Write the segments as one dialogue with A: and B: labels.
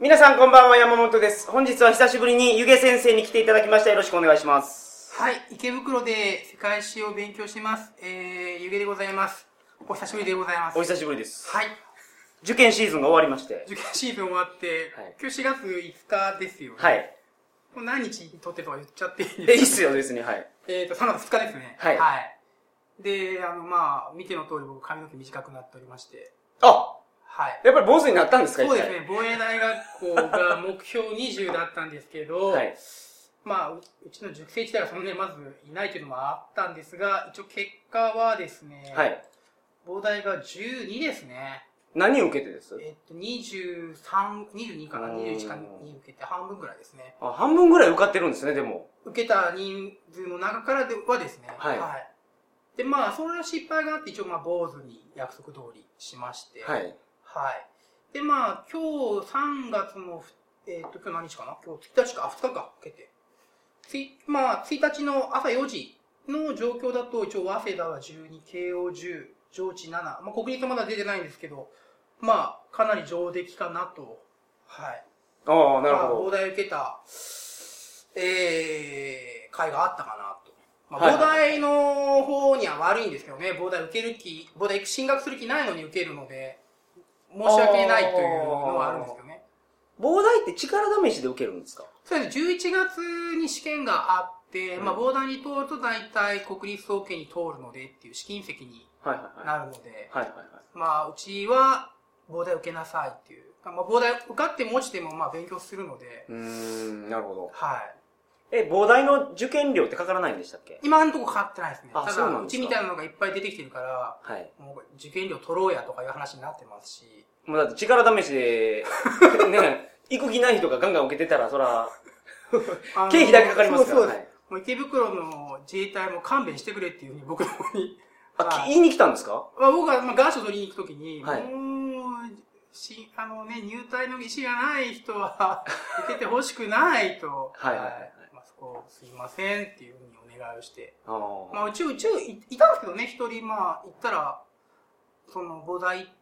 A: 皆さんこんばんは、山本です。本日は久しぶりに湯気先生に来ていただきました。よろしくお願いします。
B: はい、池袋で世界史を勉強してます。えー、ゆげでございます。お久しぶりでございます。
A: お
B: はい。
A: 久しぶりです。受験シーズンが終わりまして。
B: 受験シーズン終わって、
A: はい
B: 今日4月5日ですよ、ね。
A: はい。
B: もう何日に撮ってとか言っちゃっていいん
A: え、いい
B: で
A: っ
B: す
A: すよ、別に。はい。
B: かえっと、3月2日ですね。
A: はい
B: で、あの、まあ、見ての通り僕髪の毛短くなっておりまして。
A: あ
B: はい。
A: やっぱり坊主になったんですか
B: そうです。ね、防衛大学校が目標20だったんですけど、
A: 一回はい。
B: まあ、ううちの塾生自体はそんなにまずいないというのもあったんですが、一応結果はですね、
A: はい。
B: 膨大が12ですね。
A: 何を受けてです
B: えっと、23、22かな、
A: うん
B: 21かに受けて半分ぐらいですね。
A: あ、半分ぐらい受かってるんですね、でも。
B: 受けた人数の中からではですね。
A: はい
B: で、まあ、それの失敗があって、一応、まあ、坊主に約束通りしまして。。
A: はいい。
B: はい。で、まあ、今日3月のふ、えっと、今日何日かな今日1日か、あ、2日か、受けて。つい、まあ、1日の朝4時の状況だと、一応、早稲田は12、慶応10、上智7。まあ、国立はまだ出てないんですけど、まあ、かなり上出来かなと。はい。
A: ああ、なる
B: まあ、
A: ほ
B: 膨大受けた、えー、会があったかなと。ま
A: はい
B: あ、膨大の方には悪いんですけどね、膨大受ける気、膨大進学する気ないのに受けるので、申し訳ないというのはあるんですけどね。
A: ど。膨大って力試しで受けるんですか
B: そうですね、11月に試験があって、
A: うん
B: まあ、膨大に通ると大体国立総研に通るのでっていう試金石に
A: はいはいはい。
B: なるので、
A: はいはいはい。
B: まあ、うちは、膨大受けなさいっていう。まあ、膨大受かっても落ちても、まあ、勉強するので、
A: うーん、なるほど。
B: はい。
A: え、膨大の受験料ってかからないんでしたっけ
B: 今のところかかってないですね。
A: あ
B: た
A: そうな
B: だ、
A: ん
B: う
A: です
B: ち
A: か
B: みたいなのがいっぱい出てきてるから、
A: はい。
B: もう受験料取ろうやとかいう話になってますし、
A: もうだって力試しで、 ね、行く気ない人がガンガン受けてたら、そら、
B: あの
A: 経費だけかかりますから。
B: そうそうです
A: はい
B: もう池袋の自衛隊も勘弁してくれっていうふうに僕の方に。
A: あ、
B: は
A: き
B: い
A: 言いに来たんですか
B: まあ、僕はまあ願書取りに行くときに、
A: はい
B: もう、し、あのね、入隊の意思がない人は 受けてほしくないと。
A: はいはいはいはい
B: まあ、そこ、すいませんっていうふうにお願いをして。
A: あー
B: まあ、うち、うち、いいたんですけどね、一人、まあ、行ったら、その、菩提行っ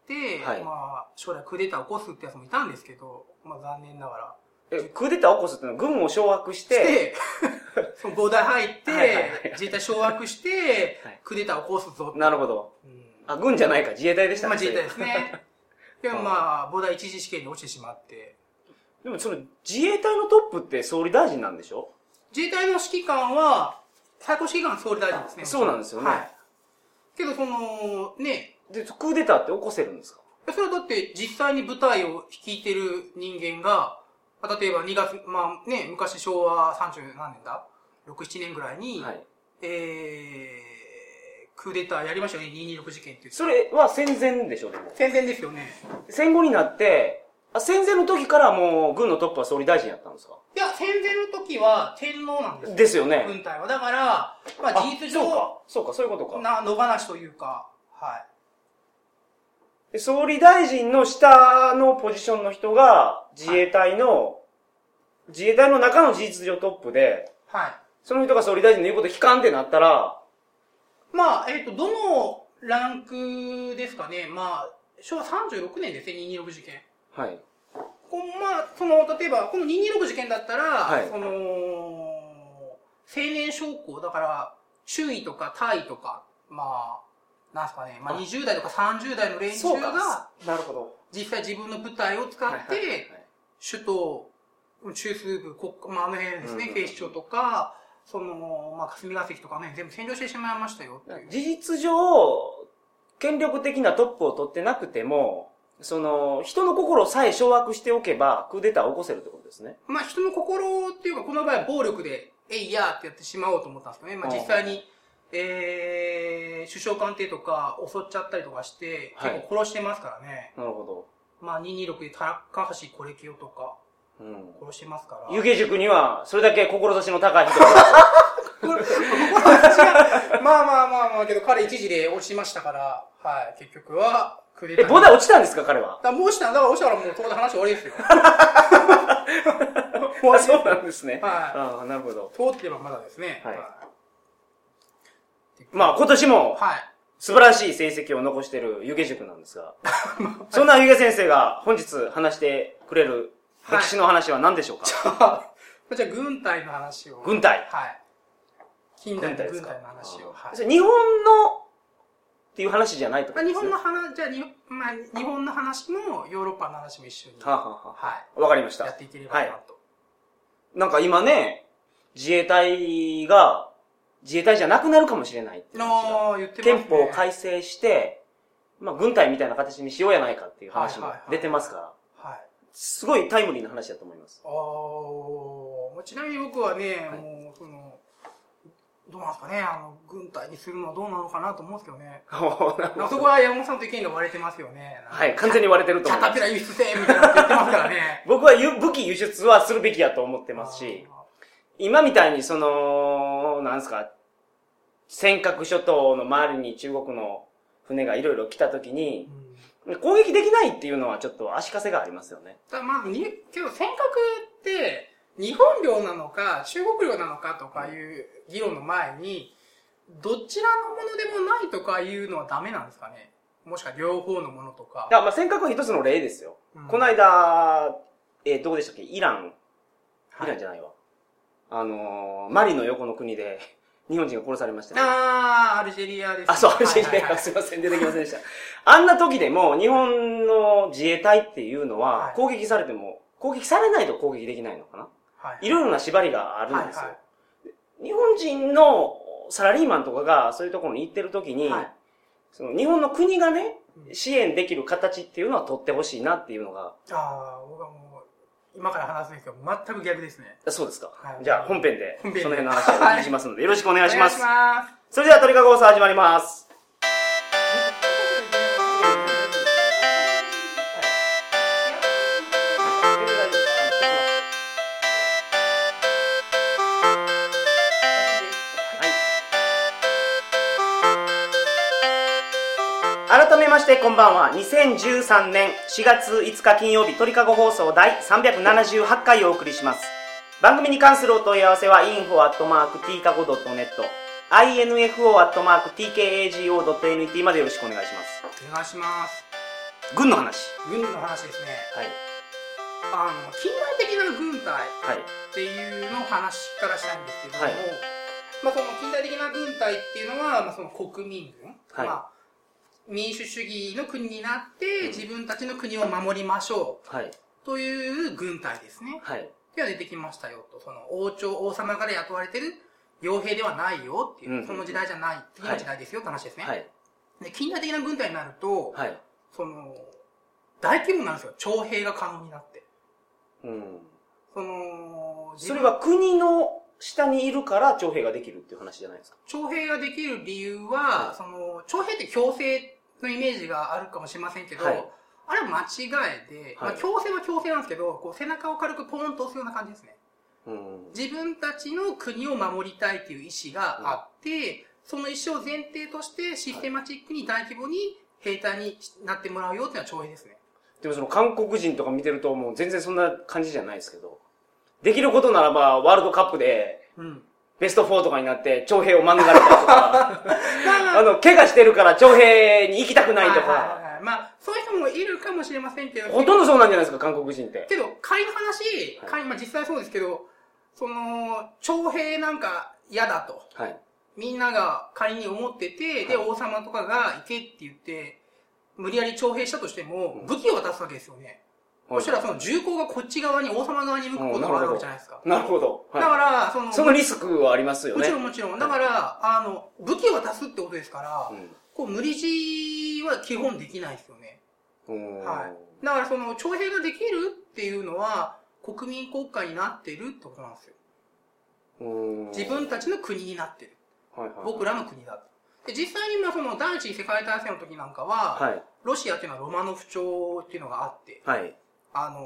B: て、
A: はい
B: まあ、将来クーデター起こすってやつもいたんですけど、まあ、残念ながら。
A: え、クーデター起こすってのは軍を掌握して、
B: で、 その菩提入って
A: はいはいはい、
B: 自衛隊掌握して
A: はい、
B: クーデター起こすぞって。
A: なるほど。
B: うん
A: あ、軍じゃないか、自衛隊でした。
B: まあ、自衛隊ですすね。でもまあ、菩提一次試験に落ちてしまって、
A: でもその、自衛隊のトップって総理大臣なんでしょ
B: 自衛隊の指揮官は、最高指揮官は総理大臣ですね。
A: そうなんですよね
B: はい。けど、その、ね、
A: で、クーデターって起こせるんですか
B: それはだって実際に舞台を率いてる人間が、まあ例えば2月、まあね、昔昭和30何年だ ?6、7年ぐらいに、
A: はい。
B: えー、クーデターやりましたよね、226事件っていう。
A: それは戦前でしょ、でも。
B: 戦前ですよね。
A: 戦後になって、あ、戦前の時からもう軍のトップは総理大臣やったんですか
B: いや、戦前の時は天皇なんですよ。
A: ですよね。
B: 軍隊は。だから、ま
A: あ
B: あ事実
A: そう
B: 上、
A: か、そうか、そういうことか。
B: な、野放しというか、はい。
A: で総理大臣の下のポジションの人が、自衛隊の、自衛隊の中の事実上トップで、
B: はい。
A: その人が総理大臣の言うこと聞かんってなったら、
B: まあ、えっ、と、どのランクですかね、まあ、昭和36年ですね、226事件。
A: はい。
B: こうまあ、その、例えば、この226事件だったら、
A: はい
B: その、青年将校、だから、注意とか大とか、まあ、なんすかね、ま
A: あ
B: あ20代とか30代の連中が、、
A: なるほど。
B: 実際自分の部隊を使って、首都、中枢部、国まあ、あの辺ですね、
A: うん
B: 警視庁とか、その、まあ、霞が関とかね、全部占領してしまいましたよっていう。
A: 事実上、権力的なトップを取ってなくても、その、人の心さえ掌握しておけば、クーデターを起こせるってことですね。
B: まあ、人の心っていうか、この場合は暴力で、えいやーってやってしまおうと思ったんですけどね。まあ、
A: うん
B: 実際に、えー、首相官邸とか襲っちゃったりとかして、
A: はい
B: 結構殺してますからね。
A: なるほ
B: まあ、226で高橋コレキオとか
A: ど。うん。
B: 殺してますから。
A: 湯気塾には、それだけ志の高い人が、
B: 心が まあまあまあまあ、けど彼一時で落ちましたから、はい、結局は、クレ
A: え、ボダ落ちたんですか、彼は。
B: だからもうしただから落ちたらもうそこで話終わりで すよ。
A: あ そうなんですね。
B: はい
A: ああ、なるほど。
B: 通ってればまだですね。
A: はい
B: い
A: まあ、今年も
B: はい。
A: 素晴らしい成績を残 している湯気塾なんですが、そんな湯気先生が本日話してくれる
B: はい
A: 歴史の話は何でしょうか、
B: じゃあ、 じゃあ軍隊の話を。
A: 軍隊。
B: はい。近代の軍隊の話を。はい
A: それ日本のっていう話じゃないってこ
B: ま
A: と
B: あ、
A: で
B: 日
A: すね。
B: 本の話、じゃあ日本、まあ、日本の話もヨーロッパの話も一緒に、
A: はあ、
B: は
A: はあは
B: は
A: あ、わかりまし。
B: い、やったていければなと。
A: なんか今ね、自衛隊が、自衛隊じゃなくなるかもしれないって話が
B: の言ってます
A: 憲
B: ね。
A: 法を改正して、まあ、軍隊みたいな形にしようやないかっていう話も
B: はいはいはい
A: 出てますから、
B: はい。
A: すごいタイムリーな話だと思います。
B: あーまあちなみに僕はね、
A: はい
B: もう、その、どうなんですかね、あの、軍隊にするのはどうなのかなと思うんですけど ね。なんかそこは山本さんと意見が割れてますよね。
A: はい、完全に割れてる
B: キ
A: と思
B: ャ
A: い
B: タ
A: ます。。
B: ピラ輸出せみたいなこと言ってますからね
A: 僕はゆ武器輸出はするべきやと思ってますし、今みたいにその、なんですか、尖閣諸島の周りに中国の船がいろいろ来た時
B: う
A: に、
B: ん
A: 攻撃できないっていうのはちょっと足かせがありますよね。
B: ただまずに、けど尖閣って、日本領なのか、中国領なのかとかいう議論の前に、どちらのものでもないとかいうのはダメなんですかねもしくは両方のものとか
A: だ。からまあ尖閣は一つの例ですよ。
B: うん
A: この間、えーどこでしたっけイランイ
B: は
A: ランじゃないわ。あのー、マリの横の国で、日本人が殺されましたね。
B: あー、アルジェリアですね、
A: あ、そう、アルジェ
B: は
A: リア
B: いはいは
A: が
B: い
A: すいません、出てきませんでした。あんな時でも、日本の自衛隊っていうの
B: は、
A: はい攻撃されても、攻撃されないと攻撃できないのかな
B: はい
A: いろいろな縛りがあるんです
B: はい
A: よ
B: は。
A: 日本人のサラリーマンとかが、そういうところに行ってる時に
B: はい、
A: その日本の国がね
B: う、ん
A: 支援できる形っていうのは取ってほしいなっていうのが、
B: あー、僕はもう、今から話すんですけど、全く逆ですね。
A: あそうですか
B: は。い
A: じゃあ本編で、そ
B: 本
A: の
B: 編
A: 辺
B: で
A: の話をお聞きしますので、よろしくお願いします
B: お。願いします。
A: それではトリカゴ放送始まります。改めましてこんばんは2013年4月5日金曜日鳥かご放送第378回をお送りします番組に関するお問い合わせは info.tkago.net info.tkago.net までよろしくお願いしま
B: お願いします。
A: す軍の話
B: 軍の話ですね。
A: はい
B: あの、近代的な軍隊。
A: はい
B: っていうのを話からしたいんですけれども、
A: はい
B: まあ、その近代的な軍隊っていうのは、まあ、その国民軍、
A: はい
B: まあ、民主主義の国になっ
A: うん
B: て自分たちの国を守りましょ
A: はいう
B: という軍隊ですね。
A: はい
B: では出てきましたよと。その王朝、王様から雇われてる傭兵ではないよっていう、
A: うんうんうん
B: その時代じゃない、次の時代ですよって話ですね、
A: はい
B: で。近代的な軍隊になると、
A: はい
B: その、大規模なんですよ。徴兵が可能になって。
A: うん
B: その、自
A: そ
B: 分
A: れは国の下にいるから徴兵ができるっていう話じゃないですか
B: 徴兵ができる理由は、
A: はい
B: その、徴兵って強制のイメージがあるかもしれませんけど、
A: はい
B: あれは間違いで、
A: はい
B: まあ、強制は強制なんですけど、こう背中を軽くポーンと押すような感じですね。
A: うん
B: 自分たちの国を守りたいという意思があって、その意思を前提としてシステマチックに大規模に兵隊になってもらうよっていうのは徴兵ですね。
A: でもその韓国人とか見てるともう全然そんな感じじゃないですけど、できることならばワールドカップで
B: うん。
A: ベスト4とかになって徴兵を免れたりとか、
B: ま
A: あの、怪我してるから徴兵に行きたくないと
B: はい
A: か、
B: はいはいまあ、そういう人もいるかもしれませんけど、
A: ほとんどそうなんじゃないですか、韓国人って。
B: けど、仮の話、仮、まあ実際そうですけど、その、徴兵なんか嫌だと、
A: はい。
B: みんなが仮に思ってて、で、
A: は
B: 王様とかが行けって言って、無理やり徴兵したとしても
A: うん、
B: 武器を渡すわけですよね。そしたらその銃口がこっち側に、王様側に向くことがあるわけじゃないですか。
A: なるほど。は
B: だ
A: い
B: から、その、
A: そのリスクはありますよ
B: も
A: ね。
B: ちろんもちろん。だから、あの、武器を渡すってことですから、こう、無理強いは基本できないですよね。
A: うん。うん
B: はだからその徴兵ができるっていうのは国民国家になってるってことなんですよ。
A: うん
B: 自分たちの国になってる。
A: はいはい
B: 僕らの国だと。で、実際にまあその第一次世界大戦の時なんかは、
A: はい。
B: ロシアっていうのはロマノフ朝っていうのがあって、
A: はい。
B: あの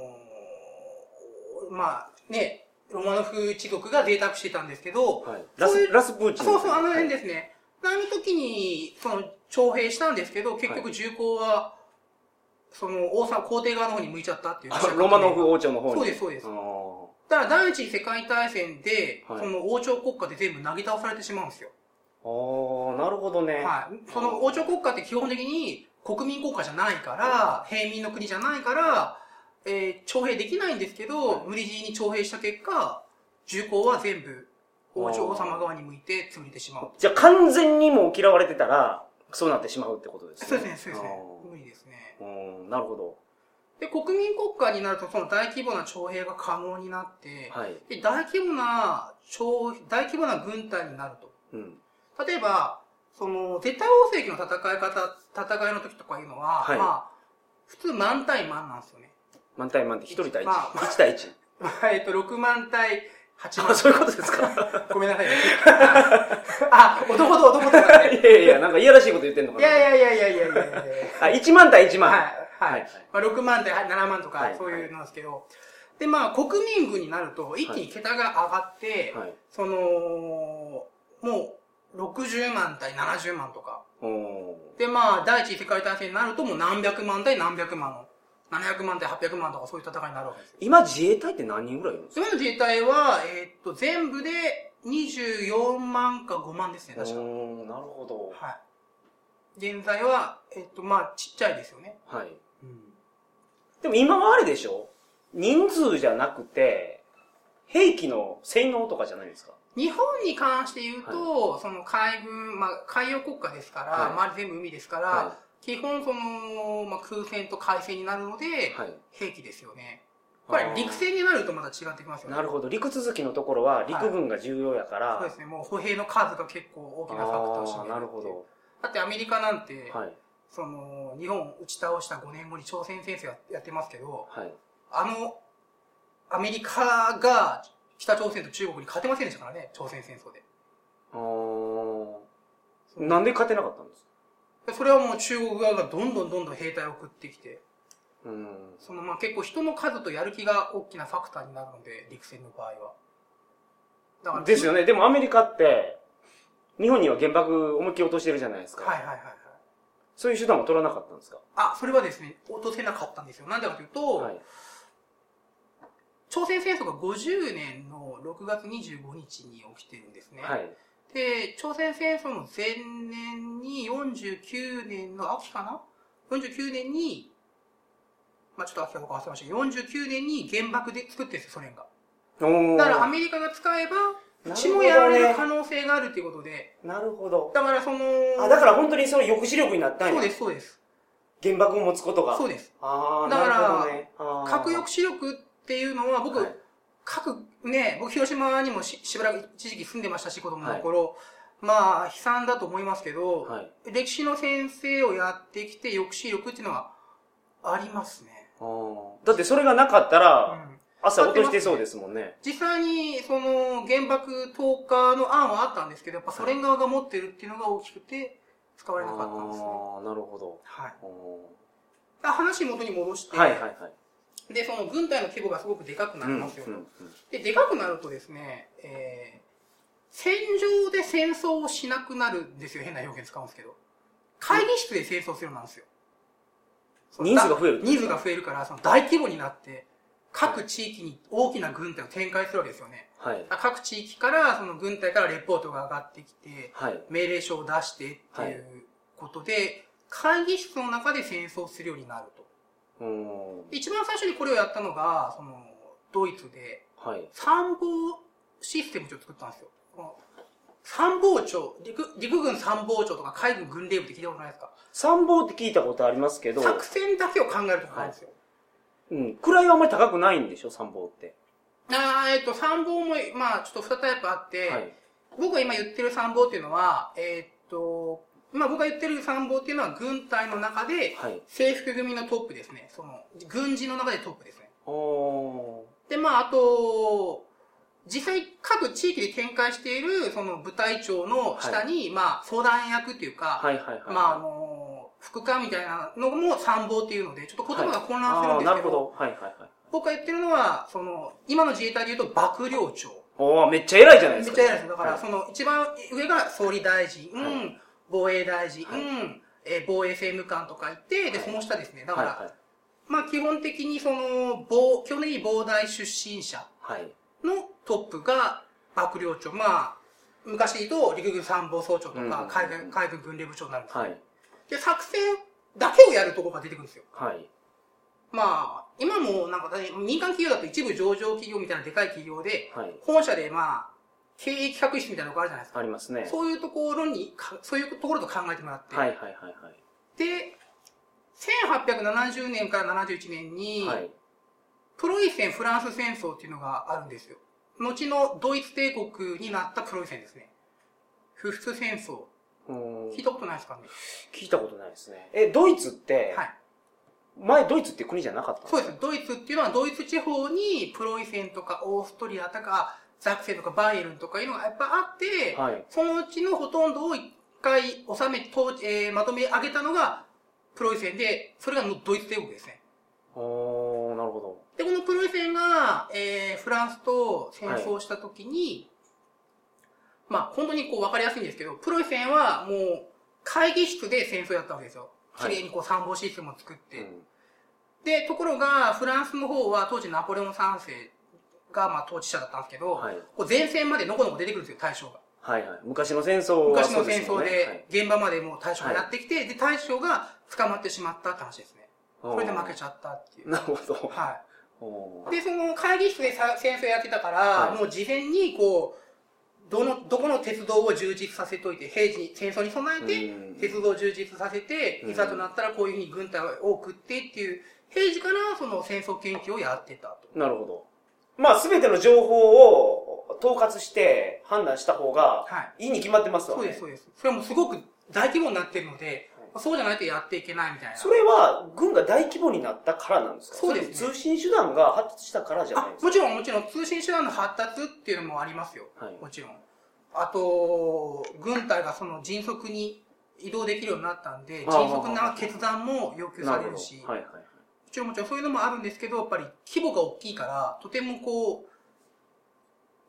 B: ーまあね、ロマノフ一族が贅沢してたんですけど、
A: はい。ラ
B: そうい
A: ス、
B: う
A: ラスプーチン。
B: そうそう、あの辺
A: で。
B: ですね。あの時に、その、徴兵したんですけど、結局銃口は、その、王様、皇帝側の方に向いちゃったっていう。
A: あロマノフ王朝の方に。
B: そうですそうです
A: あー
B: だから第一次世界大戦で、
A: はい
B: その王朝国家で全部なぎ倒されてしまうんですよ。
A: あー、なるほどね。
B: はい。その王朝国家って基本的に国民国家じゃないから、平民の国じゃないから、えー徴兵できないんですけど、無理強いに徴兵した結果、銃口は全部、王女王様側に向いて潰れてしまう。
A: じゃあ完全にもう嫌われてたら、そうなってしまうってことですね。
B: そうですね、そうですね。無理ですね。
A: あーうん、なるほど。
B: で、国民国家になると、その大規模な徴兵が可能になって、
A: はい。
B: で大規模な徴兵、大規模な軍隊になると。
A: うん。
B: 例えば、その、絶対王政期の戦い方、戦いの時とかいうのは、
A: はい
B: まあ、普通満対万なんですよね。
A: 満対満って1人対1。
B: まあ
A: 1対1。
B: えっと、6万対8
A: あ、
B: 万。
A: そういうことですか
B: ごめんなさい。 あ、男と男とかね。
A: いやいや、なんかいやらしいこと言ってんのか
B: い
A: な。
B: やいやいやいやいやいやいや
A: あ、1万対1万。
B: はい、はい。
A: はい
B: まあ、6万対7万と
A: は
B: か
A: い、
B: そういうのなんですけど。で、まあ、国民軍になると、一気に桁が上がって、
A: はい。
B: その、もう、60万対70万とか。
A: おー
B: で、まあ、第一次世界大戦になると、もう何百万対何百万の、700万対800万とかそういう戦いになるわけですよ。
A: 今自衛隊って何人ぐらいいるんですか
B: 今の自衛隊は、えーっと、全部で24万か5万ですね、確か。
A: おーなるほど。
B: はい。現在は、えっと、まあ、ちっちゃいですよね。
A: はい。でも今はあれでしょ人数じゃなくて、兵器の性能とかじゃないですか
B: 日本に関して言うと、その海軍、まあ、海洋国家ですから、
A: はい
B: まあ、全部海ですから、
A: は
B: 基本その、まあ、空戦と海戦になるので、
A: い。はい。
B: 兵器ですよね。これ陸戦になるとまた違ってきますよね。
A: なるほど。陸続きのところは陸軍が重要やから。
B: そうですね。もう歩兵の数が結構大きなファクタ
A: あー
B: ーを占める。
A: なるほ。ど。
B: だってアメリカなんて、
A: はい。
B: その、日本を打ち倒した5年後に朝鮮戦争ややってますけど、
A: はい。
B: あの、アメリカが北朝鮮と中国に勝てませんでしたからね、朝鮮戦争で。
A: あーなんで勝てなかったんですか
B: それはもう中国側がどんどんどんどん兵隊を送ってきて、
A: うん。
B: そのまあ結構人の数とやる気が大きなファクターになるので、陸戦の場合は。だ
A: です
B: よ
A: よね。でもアメリカって、日本には原爆思いっきり落としてるじゃないですか。
B: はいはいはいはい。
A: そういう手段を取らなかったんですか
B: あ、それはですね、落とせなかったんですよ。なんでかというと、
A: はい。
B: 朝鮮戦争が50年の6月25日に起きてるんですね。
A: はい。
B: で、朝鮮戦争の前年に49年の秋かな ?49 年に、まあちょっと秋かどうか忘れましたけど、49年に原爆で作ってるんですよ、ソ連が。
A: おー
B: だからアメリカが使えば、
A: なるほどね
B: うちもやられる可能性があるということで、
A: なるほど。
B: だからその、
A: あ、だから本当にその抑止力になったんや。
B: そうです、そうです。
A: 原爆を持つことが。
B: そうです。
A: ああ、
B: だから
A: なるほどね。あー
B: 核抑止力っていうのは、僕、
A: はい
B: 核、ね、僕、広島にもししばらく一時期住んでましたし、子供の頃、まあ、悲惨だと思いますけど、
A: はい。
B: 歴史の先生をやってきて抑止力っていうのはありますね。
A: あーだってそれがなかった
B: う
A: ら、
B: ん、
A: 朝落としてそうですもんね。
B: 実際に、その、原爆投下の案はあったんですけど、やっぱソ連側が持ってるっていうのが大きくて、使われなかったんですね。
A: ああ、なるほど。
B: はい。
A: あー
B: あ話元に戻して、
A: はいはいはい。
B: で、その軍隊の規模がすごくでかくなりますよ、
A: うんうん
B: で、でかくなるとですね、えー、戦場で戦争をしなくなるんですよ。変な表現使うんですけど。会議室で戦争するようになるんですよ。その
A: 人数が増える
B: だ人数が増えるから、その大規模になって、各地域に大きな軍隊を展開するわけですよね。
A: はい。
B: あ各地域から、その軍隊からレポートが上がってきて、
A: はい。
B: 命令書を出してって
A: はいいう
B: ことで、会議室の中で戦争するようになると。
A: うーん。
B: で一番最初にこれをやったのが、その、ドイツで、
A: はい。
B: 参謀システムを作ったんですよ。この参謀庁、陸陸軍参謀庁とか海軍軍令部って聞いたことないですか
A: 参謀って聞いたことありますけど、
B: 作戦だけを考えるとこなんですよ。
A: うん。位はあんまり高くないんでしょ、参謀って。
B: あーえっと、参謀も、まあ、ちょっと2タイプあって、
A: はい。
B: 僕が今言ってる参謀っていうのは、えーっと、まあ僕が言ってる参謀っていうのは軍隊の中で、
A: はい。
B: 制服組のトップですね。その、軍人の中でトップですね。
A: お
B: で、まあ、あと、実際各地域で展開している、その部隊長の下に、まあ、相談役っていう
A: ー。
B: か、
A: はいはいはい。
B: まあ、あの、副官みたいなのも参謀っていうので、ちょっと言葉が混乱するん
A: あ
B: で
A: ー
B: す
A: な
B: け
A: る
B: ど、
A: ほど。はいはいはい。
B: 僕が言ってるのは、その、今の自衛隊で言うと、幕僚長。
A: おーめっちゃ偉いじゃない
B: め
A: で
B: っ
A: す
B: ち
A: か。
B: ゃ偉いです。だから、
A: はい
B: その、一番上が総理大臣、うん
A: はい
B: 防衛大臣、
A: はい
B: うんえー防衛政務官とかいて、で、
A: はい
B: その下ですね。だから、
A: はい
B: まあ、基本的にその、防、基本的に防大出身者
A: はい。はい。
B: のトップが幕僚長。まあ、昔で言うと陸軍参謀総長と
A: うんうんう
B: か
A: ん
B: 海軍、海軍軍令部長になるんですよ、
A: はい。
B: で、作戦だけをやるところが出てくるんですよ。
A: はい。
B: まあ、今もなんか私民間企業だと一部上場企業みたいなでかい企業で、
A: はい。
B: 本社でまあ、経営企画室みたいなのがあるじゃないですか。
A: ありますね。
B: そういうところにか、そういうところと考えてもらって。
A: はいはいはい
B: で、1870年から71年に、
A: はい。はい。
B: プロイセン・フランス戦争っていうのがあるんですよ。後のドイツ帝国になったプロイセンですね。不仏戦争。
A: うーん
B: 聞いたことないですかね
A: 聞いたことないですね。え、ドイツって、
B: はい。
A: 前ドイツって国じゃなかったん
B: そうです。ドイツっていうのはドイツ地方にプロイセンとかオーストリアとかザクセンとかバイエルンとかいうのがやっぱあって、
A: はい。
B: そのうちのほとんどを一回収め、統治えーまとめ上げたのがプロイセンで、それがドイツ帝国ですね。
A: おー、なるほ
B: で、このプロイセンが、えーフランスと戦争した時に、まあ本当にこう分かりやすいんですけど、プロイセンはもう会議室で戦争やったわけですよ。
A: は
B: 綺
A: い
B: 麗にこう参謀システムを作って。
A: ど。
B: で、ところが、フランスの方は当時ナポレオン3世がまあ統治者だったんですけど、
A: はい
B: こう前線までのこのこ出てくるんですよ、大将が。
A: はいはい。昔の戦争は
B: 昔
A: そ
B: の
A: う
B: 戦
A: すも
B: 争
A: んね
B: で、現場までもう大将がやってきて、で、大将が捕まってしまったって話ですね。
A: はい
B: これで負けちゃったっていう。
A: なるほど。
B: は
A: お
B: い。
A: ー
B: で、その会議室でさ戦争やってたから、
A: はい
B: もう事前にこう、どの、どこの鉄道を充実させといて、平時、戦争に備えて、
A: うん
B: 鉄道を充実させて、
A: うん
B: いざとなったらこういうふうに軍隊を送ってっていう、平時からその戦争研究をやってたと。
A: なるほど。まあ、すべての情報を統括して判断した方が、
B: はい
A: いに決まってますわ
B: そう
A: ね。
B: です、そうです。それはもうすごく大規模になってるので、そうじゃないとやっていけないみたいな。
A: それは、軍が大規模になったからなんですか
B: そうですね
A: れとも通信手段が発達したからじゃない
B: あ
A: です
B: もちろん、もちろん、通信手段の発達っていうのもありますよ。
A: かはい。
B: もちろん。あと、軍隊がその迅速に移動できるようになったんで、
A: あ
B: 迅
A: あ
B: 速な決断も要求
A: な
B: さ
A: る
B: れ
A: ほ
B: る
A: ど。
B: し、も
A: はいはいはい。
B: ちろん、もちろんそういうのもあるんですけど、やっぱり規模が大きいから、とてもこう、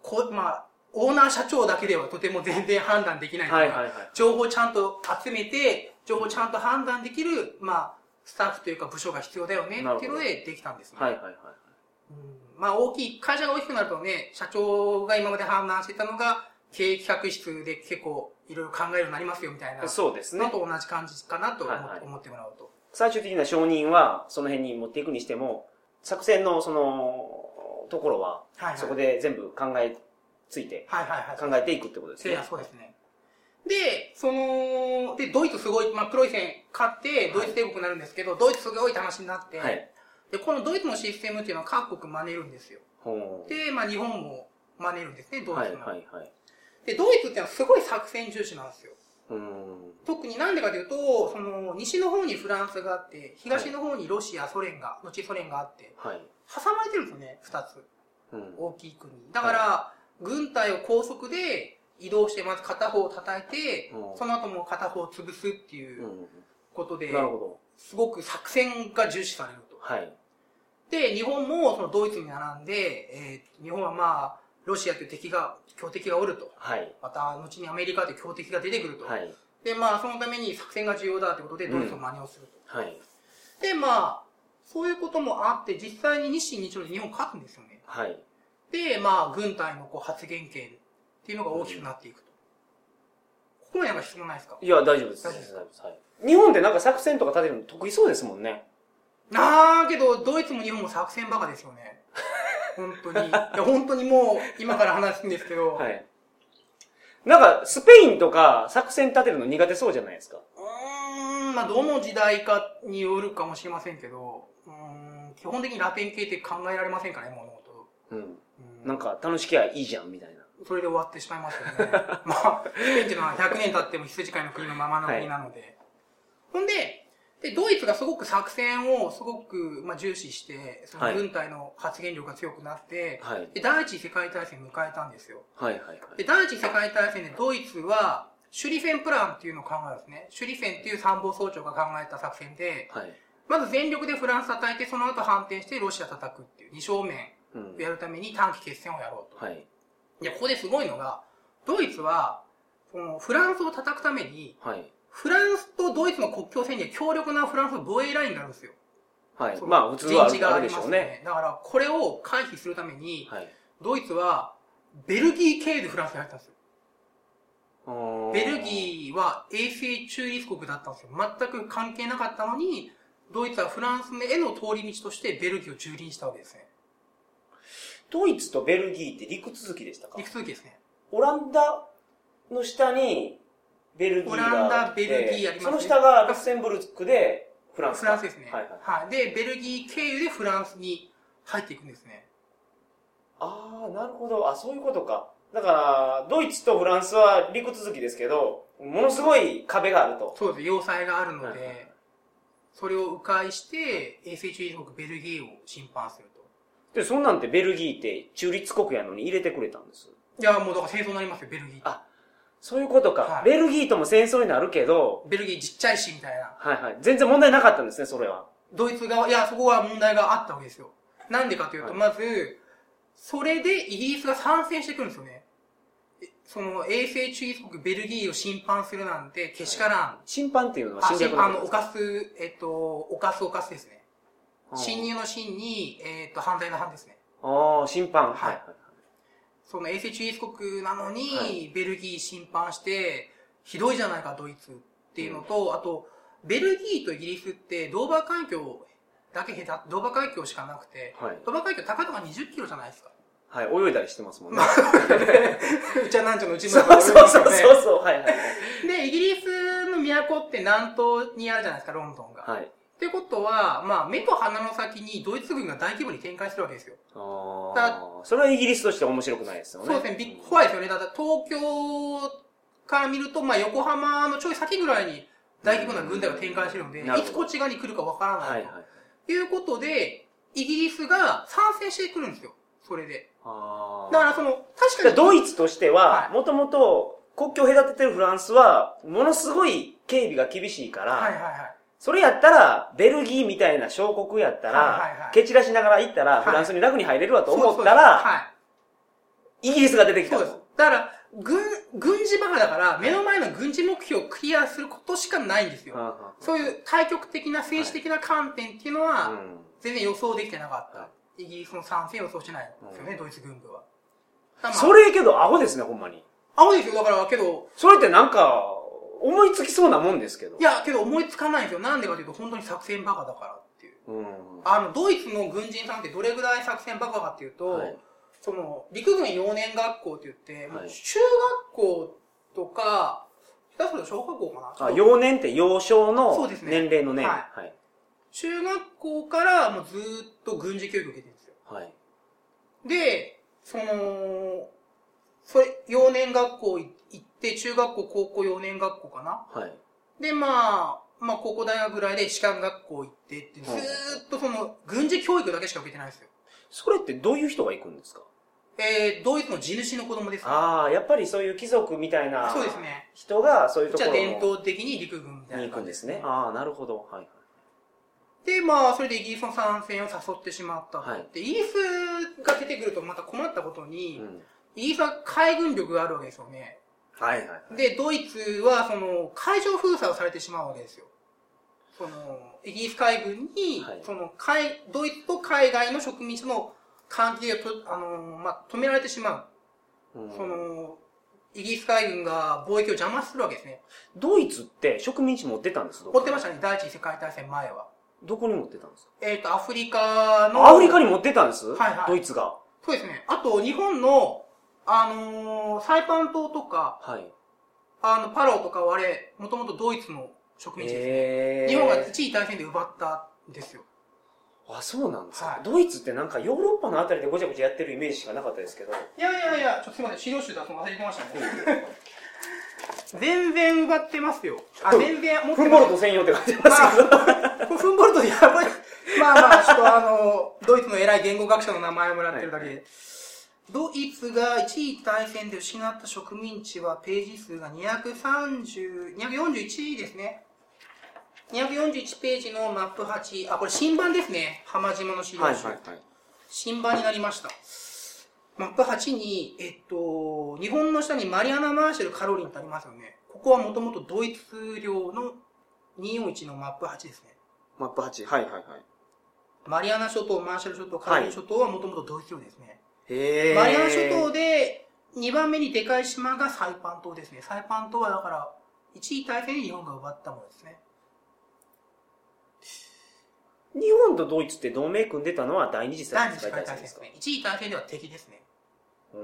B: こうまあ、オーナー社長だけではとても全然判断できないと
A: は
B: いう
A: い
B: か
A: はいはい。
B: 情報をちゃんと集めて、情報をちゃんと判断できる、まあ、スタッフというか部署が必要だよね
A: なるほ
B: って
A: ど
B: いうのでできたんですね。
A: はいはいはい。
B: うんまあ、大きい、会社が大きくなるとね、社長が今まで判断してたのが、経営企画室で結構いろいろ考えるようになりますよみたいな、
A: そうですね
B: の。と同じ感じかなと思,、
A: はいはい
B: 思ってもらおうと。
A: 最終的な承認は、その辺に持っていくにしても、作戦のその、ところは、
B: はいはい。
A: そこで全部考えついて、
B: はいはいはい。
A: 考えていくってことです
B: せい
A: ね
B: や、。そうですね。で、その、で、ドイツすごい、まあ、プロイセン勝って、ドイツ帝国になるんですけど、ドイツすごいって話になって、
A: はい。
B: で、このドイツのシステムっていうのは各国真似るんですよ。
A: ほう
B: で、まあ、日本も真似るんですね、ドイツも。
A: はいはいはい。
B: で、ドイツっていうのはすごい作戦重視なんですよ。
A: うーん。
B: 特になんでかというと、その、西の方にフランスがあって、東の方にロシア、ソ連が、後ソ連があって、
A: はい。
B: 挟まれてるんですよね、二つ。
A: うん。
B: 大きい国。だから、軍隊を高速で移動して、まず片方を叩いて
A: う、ん
B: その後も片方を潰すっていううんことで、
A: なるほ
B: すごく作戦が重視されると
A: ど。。はい。
B: で、日本もそのドイツに並んで、えー日本はまあ、ロシアという敵が、強敵がおると。
A: はい。
B: また、後にアメリカという強敵が出てくると。
A: はい。
B: で、まあ、そのために作戦が重要だということで、ドイツを真似をすると。
A: はい。
B: で、まあ、そういうこともあって、実際に日清日露で日本勝つんですよね。
A: はい。
B: で、まあ、軍隊のこう発言権っていうのが大きくなっていくと。ここまでなんか質問ないですか
A: いや、大丈夫です。
B: 大丈夫です
A: はい日本でなんか作戦とか立てるの得意そうですもんね。
B: なあけど、ドイツも日本も作戦バカですよね。本当に。いや、本当にもう、今から話すんですけど。
A: はい。なんか、スペインとか作戦立てるの苦手そうじゃないですか。
B: うーん、まあ、どの時代かによるかもしれませんけど、うーん、基本的にラテン系って考えられませんからね、物事。
A: うん。
B: うん
A: なんか、楽しきゃいいじゃん、みたいな。
B: それで終わってしまいますよ ね。まあ、スペインっていうのは100年経っても羊飼いの国のままの国なので。ほんで、で、ドイツがすごく作戦をすごく、まあ、重視して、そ
A: は
B: の
A: い
B: 軍隊の発言力が強くなって、
A: はい。
B: で第一次世界大戦を迎えたんですよ。
A: はいはいはい。
B: で、第一次世界大戦でドイツは、シュリフェンプランっていうのを考えるんですね。シュリフェンっていう参謀総長が考えた作戦で、
A: はい。
B: まず全力でフランス叩いて、その後反転してロシア叩くっていう二正面
A: うん
B: を。やるために短期決戦をやろうと。
A: はい。
B: で、ここですごいのが、ドイツは、そのフランスを叩くために、
A: はい。
B: フランスとドイツの国境線には強力なフランスの防衛ラインがあるんですよ。
A: はい。
B: その
A: まあ、普通はあ
B: 陣地
A: る
B: が
A: あ
B: あ
A: るでし
B: りま
A: ょ
B: す
A: う
B: ね。
A: ね。
B: だから、これを回避するために、
A: はい。
B: ドイツは、ベルギー経由でフランスに入ったんですよ。ベル
A: ー。
B: ギーは衛星中立国だったんですよ。全く関係なかったのに、ドイツはフランスへの通り道としてベルギーを蹂躙したわけですね。
A: ドイツとベルギーって陸続きでしたか
B: 陸続きですね。
A: オランダの下にベルギーがあって
B: オランダベルギーありますね
A: その下がルクセンブルクでフランス
B: フ
A: か
B: ランスですね。
A: は
B: はいい
A: はい、
B: で、ベルギー経由でフランスに入っていくんですね。
A: ああなるほどあそういうことかだからドイツとフランスは陸続きですけどものすごい壁があると
B: そうです。要塞があるの
A: はいはいはい
B: で、それを迂回して、衛星中立国ベルギーを侵犯すると。
A: でそんなんてベルギーって中立国やのに入れてくれたんです
B: いや、もうだから戦争になりますよ、ベルギーって。
A: あそういうことか、
B: はい
A: ベルギーとも戦争になるけど
B: ベルギーちっちゃいし、みたいな。
A: はいはい全然問題なかったんですねそれは
B: ドイツ側、いや、そこは問題があったわけですよ。なんでかというと、
A: はい
B: まず、それでイギリスが参戦してくるんですよね。えその、衛星中立国ベルギーを侵犯するなんて、けしからん。
A: 審判っていうのは
B: あ、
A: 侵略
B: 侵
A: の
B: あ
A: こと
B: の、
A: ですか
B: 犯す、えっと、犯す犯すですね。侵入の侵に、えっと、犯罪の犯ですね。
A: ああ審判は
B: はいい
A: はい
B: その衛星中立国なのに、
A: はい
B: ベルギー侵犯して、ひどいじゃないか、ドイツっていうのと、あと、ベルギーとイギリスって、ドーバー海峡だけ隔ドーバー海峡しかなくて、
A: はい
B: ドーバー海峡高さが20キロじゃないですか。
A: はい、泳いだりしてますもんね。
B: うちはなんちゃのう ち
A: そ
B: の
A: うそうそうそうそう、はいはい。
B: で、イギリスの都って南東にあるじゃないですか、ロンドンが。
A: はい。
B: ってことは、まあ、目と鼻の先にドイツ軍が大規模に展開してるわけですよ。
A: ああ。それはイギリスとして面白くないですよね。
B: そうですね、ビッ怖いですよね。だから東京から見ると、まあ、横浜のちょい先ぐらいに大規模な軍隊を展開してるので、
A: う
B: い
A: んなるほ
B: つ
A: ど
B: こっち側に来るかわから
A: は
B: ないい。
A: はい。
B: ということで、イギリスが参戦してくるんですよ。それで。
A: あ
B: だ
A: あ。だ
B: か
A: から
B: その、確からに。
A: ドイツとしては
B: は、い
A: もともと国境を隔ててるフランスは、ものすごい警備が厳しいから、
B: はいはいはい。
A: それやったら、ベルギーみたいな小国やったら、
B: はいはいはい
A: 蹴散らしながら行ったら、
B: はい
A: フランスに楽に入れるわと
B: そう
A: 思
B: そう
A: ったら、
B: は
A: イギリスが出て
B: い。
A: き
B: そ
A: たと
B: うです。だから、軍、軍事バカだから、目の前の軍事目標をクリアすることしかないんです
A: は
B: よ。
A: あはあ
B: そういう対極的な政治的な観点っていうのは、
A: うん
B: 全然予想できてなかった。
A: は
B: イギリスの参戦予想してないんですよね、
A: うん
B: ドイツ軍部は。だからまあ
A: それけど、アホですね、ほんまに。
B: 青ですよ、だから、けど、
A: それってなんか、思いつきそうなもんですけど。
B: いや、けど思いつかないんですよ。なんでかというと、本当に作戦バカだからっていう。
A: うん。
B: あの、ドイツの軍人さんってどれぐらい作戦バカかっていうと、
A: はい
B: その、陸軍幼年学校って言って、もう
A: はい
B: 中学校とか、下手すると小学校かな
A: あ、幼年って幼少
B: そ
A: の
B: うですね
A: 年齢の年。
B: は
A: はい。
B: 中学校からもうずーっと軍事教育を受けてるんですよ。
A: はい。
B: で、その、それ、幼年学校行って、中学校、高校、幼年学校かな
A: はい。
B: で、まあ、まあ、高校大学ぐらいで士官学校行ってって、ず
A: はい
B: ーっとその、軍事教育だけしか受けてないんですよ。
A: それってどういう人が行くんですか
B: えー、ドイツの地主の子供ですね。
A: ああ、やっぱりそういう貴族みたいな
B: そうですね。
A: 人がそういうと
B: じ
A: こ
B: ゃあ
A: ろ
B: 伝
A: に
B: 統的に陸軍みたいな。
A: 行くんですね。。ああ、なるほど。はい。
B: で、まあ、それでイギリスの参戦を誘ってしまったと。
A: はい
B: で、イギリスが出てくるとまた困ったことに、
A: うん
B: イギリスは海軍力があるわけですよね。
A: はいはい。
B: で、ドイツは、その、海上封鎖をされてしまうわけですよ。その、イギリス海軍に、
A: はい
B: その、海、ドイツと海外の植民地の関係をと、あのーまあ、止められてしま
A: う
B: う。
A: ん
B: その、イギリス海軍が貿易を邪魔するわけですね。
A: ドイツって植民地持ってたんです。
B: 追ってましたたね、第一次世界大戦前は。
A: どこに持ってたんですか
B: えっ、と、アフリカの、
A: アフリカに持ってたんです
B: はいはい
A: ドイツが。
B: そうですね。あと、日本の、あのーサイパン島とか、
A: はい。
B: あの、パロとかはあれ、もともとドイツの植民地です。
A: え
B: 日本が一次大戦で奪ったんですよ。
A: あ、そうなんですか、
B: はい
A: ドイツってなんかヨーロッパのあたりでごちゃごちゃやってるイメージしかなかったです けど。
B: いやいやいや、ちょっとすみません、資料集出すの忘れてましたね。全然奪ってますよ。あ、全然持って
A: フン
B: ま
A: ボ
B: す
A: ルト専用って書いてますけど。
B: まあこれフンボルトやばい。まあまあ、ちょっとあの、ドイツの偉い言語学者の名前をもらってるだけで。ドイツが一次大戦で失った植民地はページ数が230、241ですね。241ページのマップ8。あ、これ新版ですね。浜島の資料集。
A: い。
B: 新版になりました。マップ8に、えっと、日本の下にマリアナ・マーシャル・カロリンってありますよね。ここはもともとドイツ領の241のマップ8ですね。
A: マップ8。はいはいはい。
B: マリアナ諸島、マーシャル諸島、カロリン諸島はもともとドイツ領ですね。
A: へ
B: マリアナ諸島で2番目にでかい島がサイパン島ですね。サイパン島はだから、一位大戦で日本が奪ったものですね。
A: 日本とドイツって同盟組んでたのは第二次世界
B: 第
A: 大
B: 二次世
A: 戦
B: 界大
A: で
B: 戦ですす
A: か
B: ね。一位大戦では敵ですね。
A: うー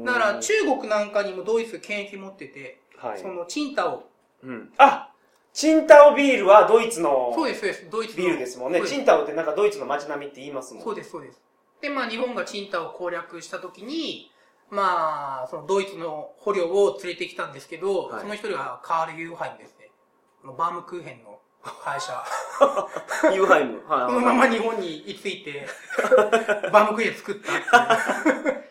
A: ん
B: だから中国なんかにもドイツ権益持ってて、
A: はい
B: そ。のチンタを、
A: うん。あチンタオビールはドイツの
B: そうです、そうです、ドイツの
A: ビールですもんね。
B: そう
A: チンタオってなんかドイツの街並みって言いますもん。
B: そうです、そうです。で、まあ日本がチンタを攻略したときに、まあ、そのドイツの捕虜を連れてきたんですけど、
A: はい
B: その一人がカール・ユーハイムですね。あのバームクーヘンの会社。
A: ユーハイム。はい
B: こ
A: はい
B: のまま日本に居つ いて、バームクーヘン作ったっていう。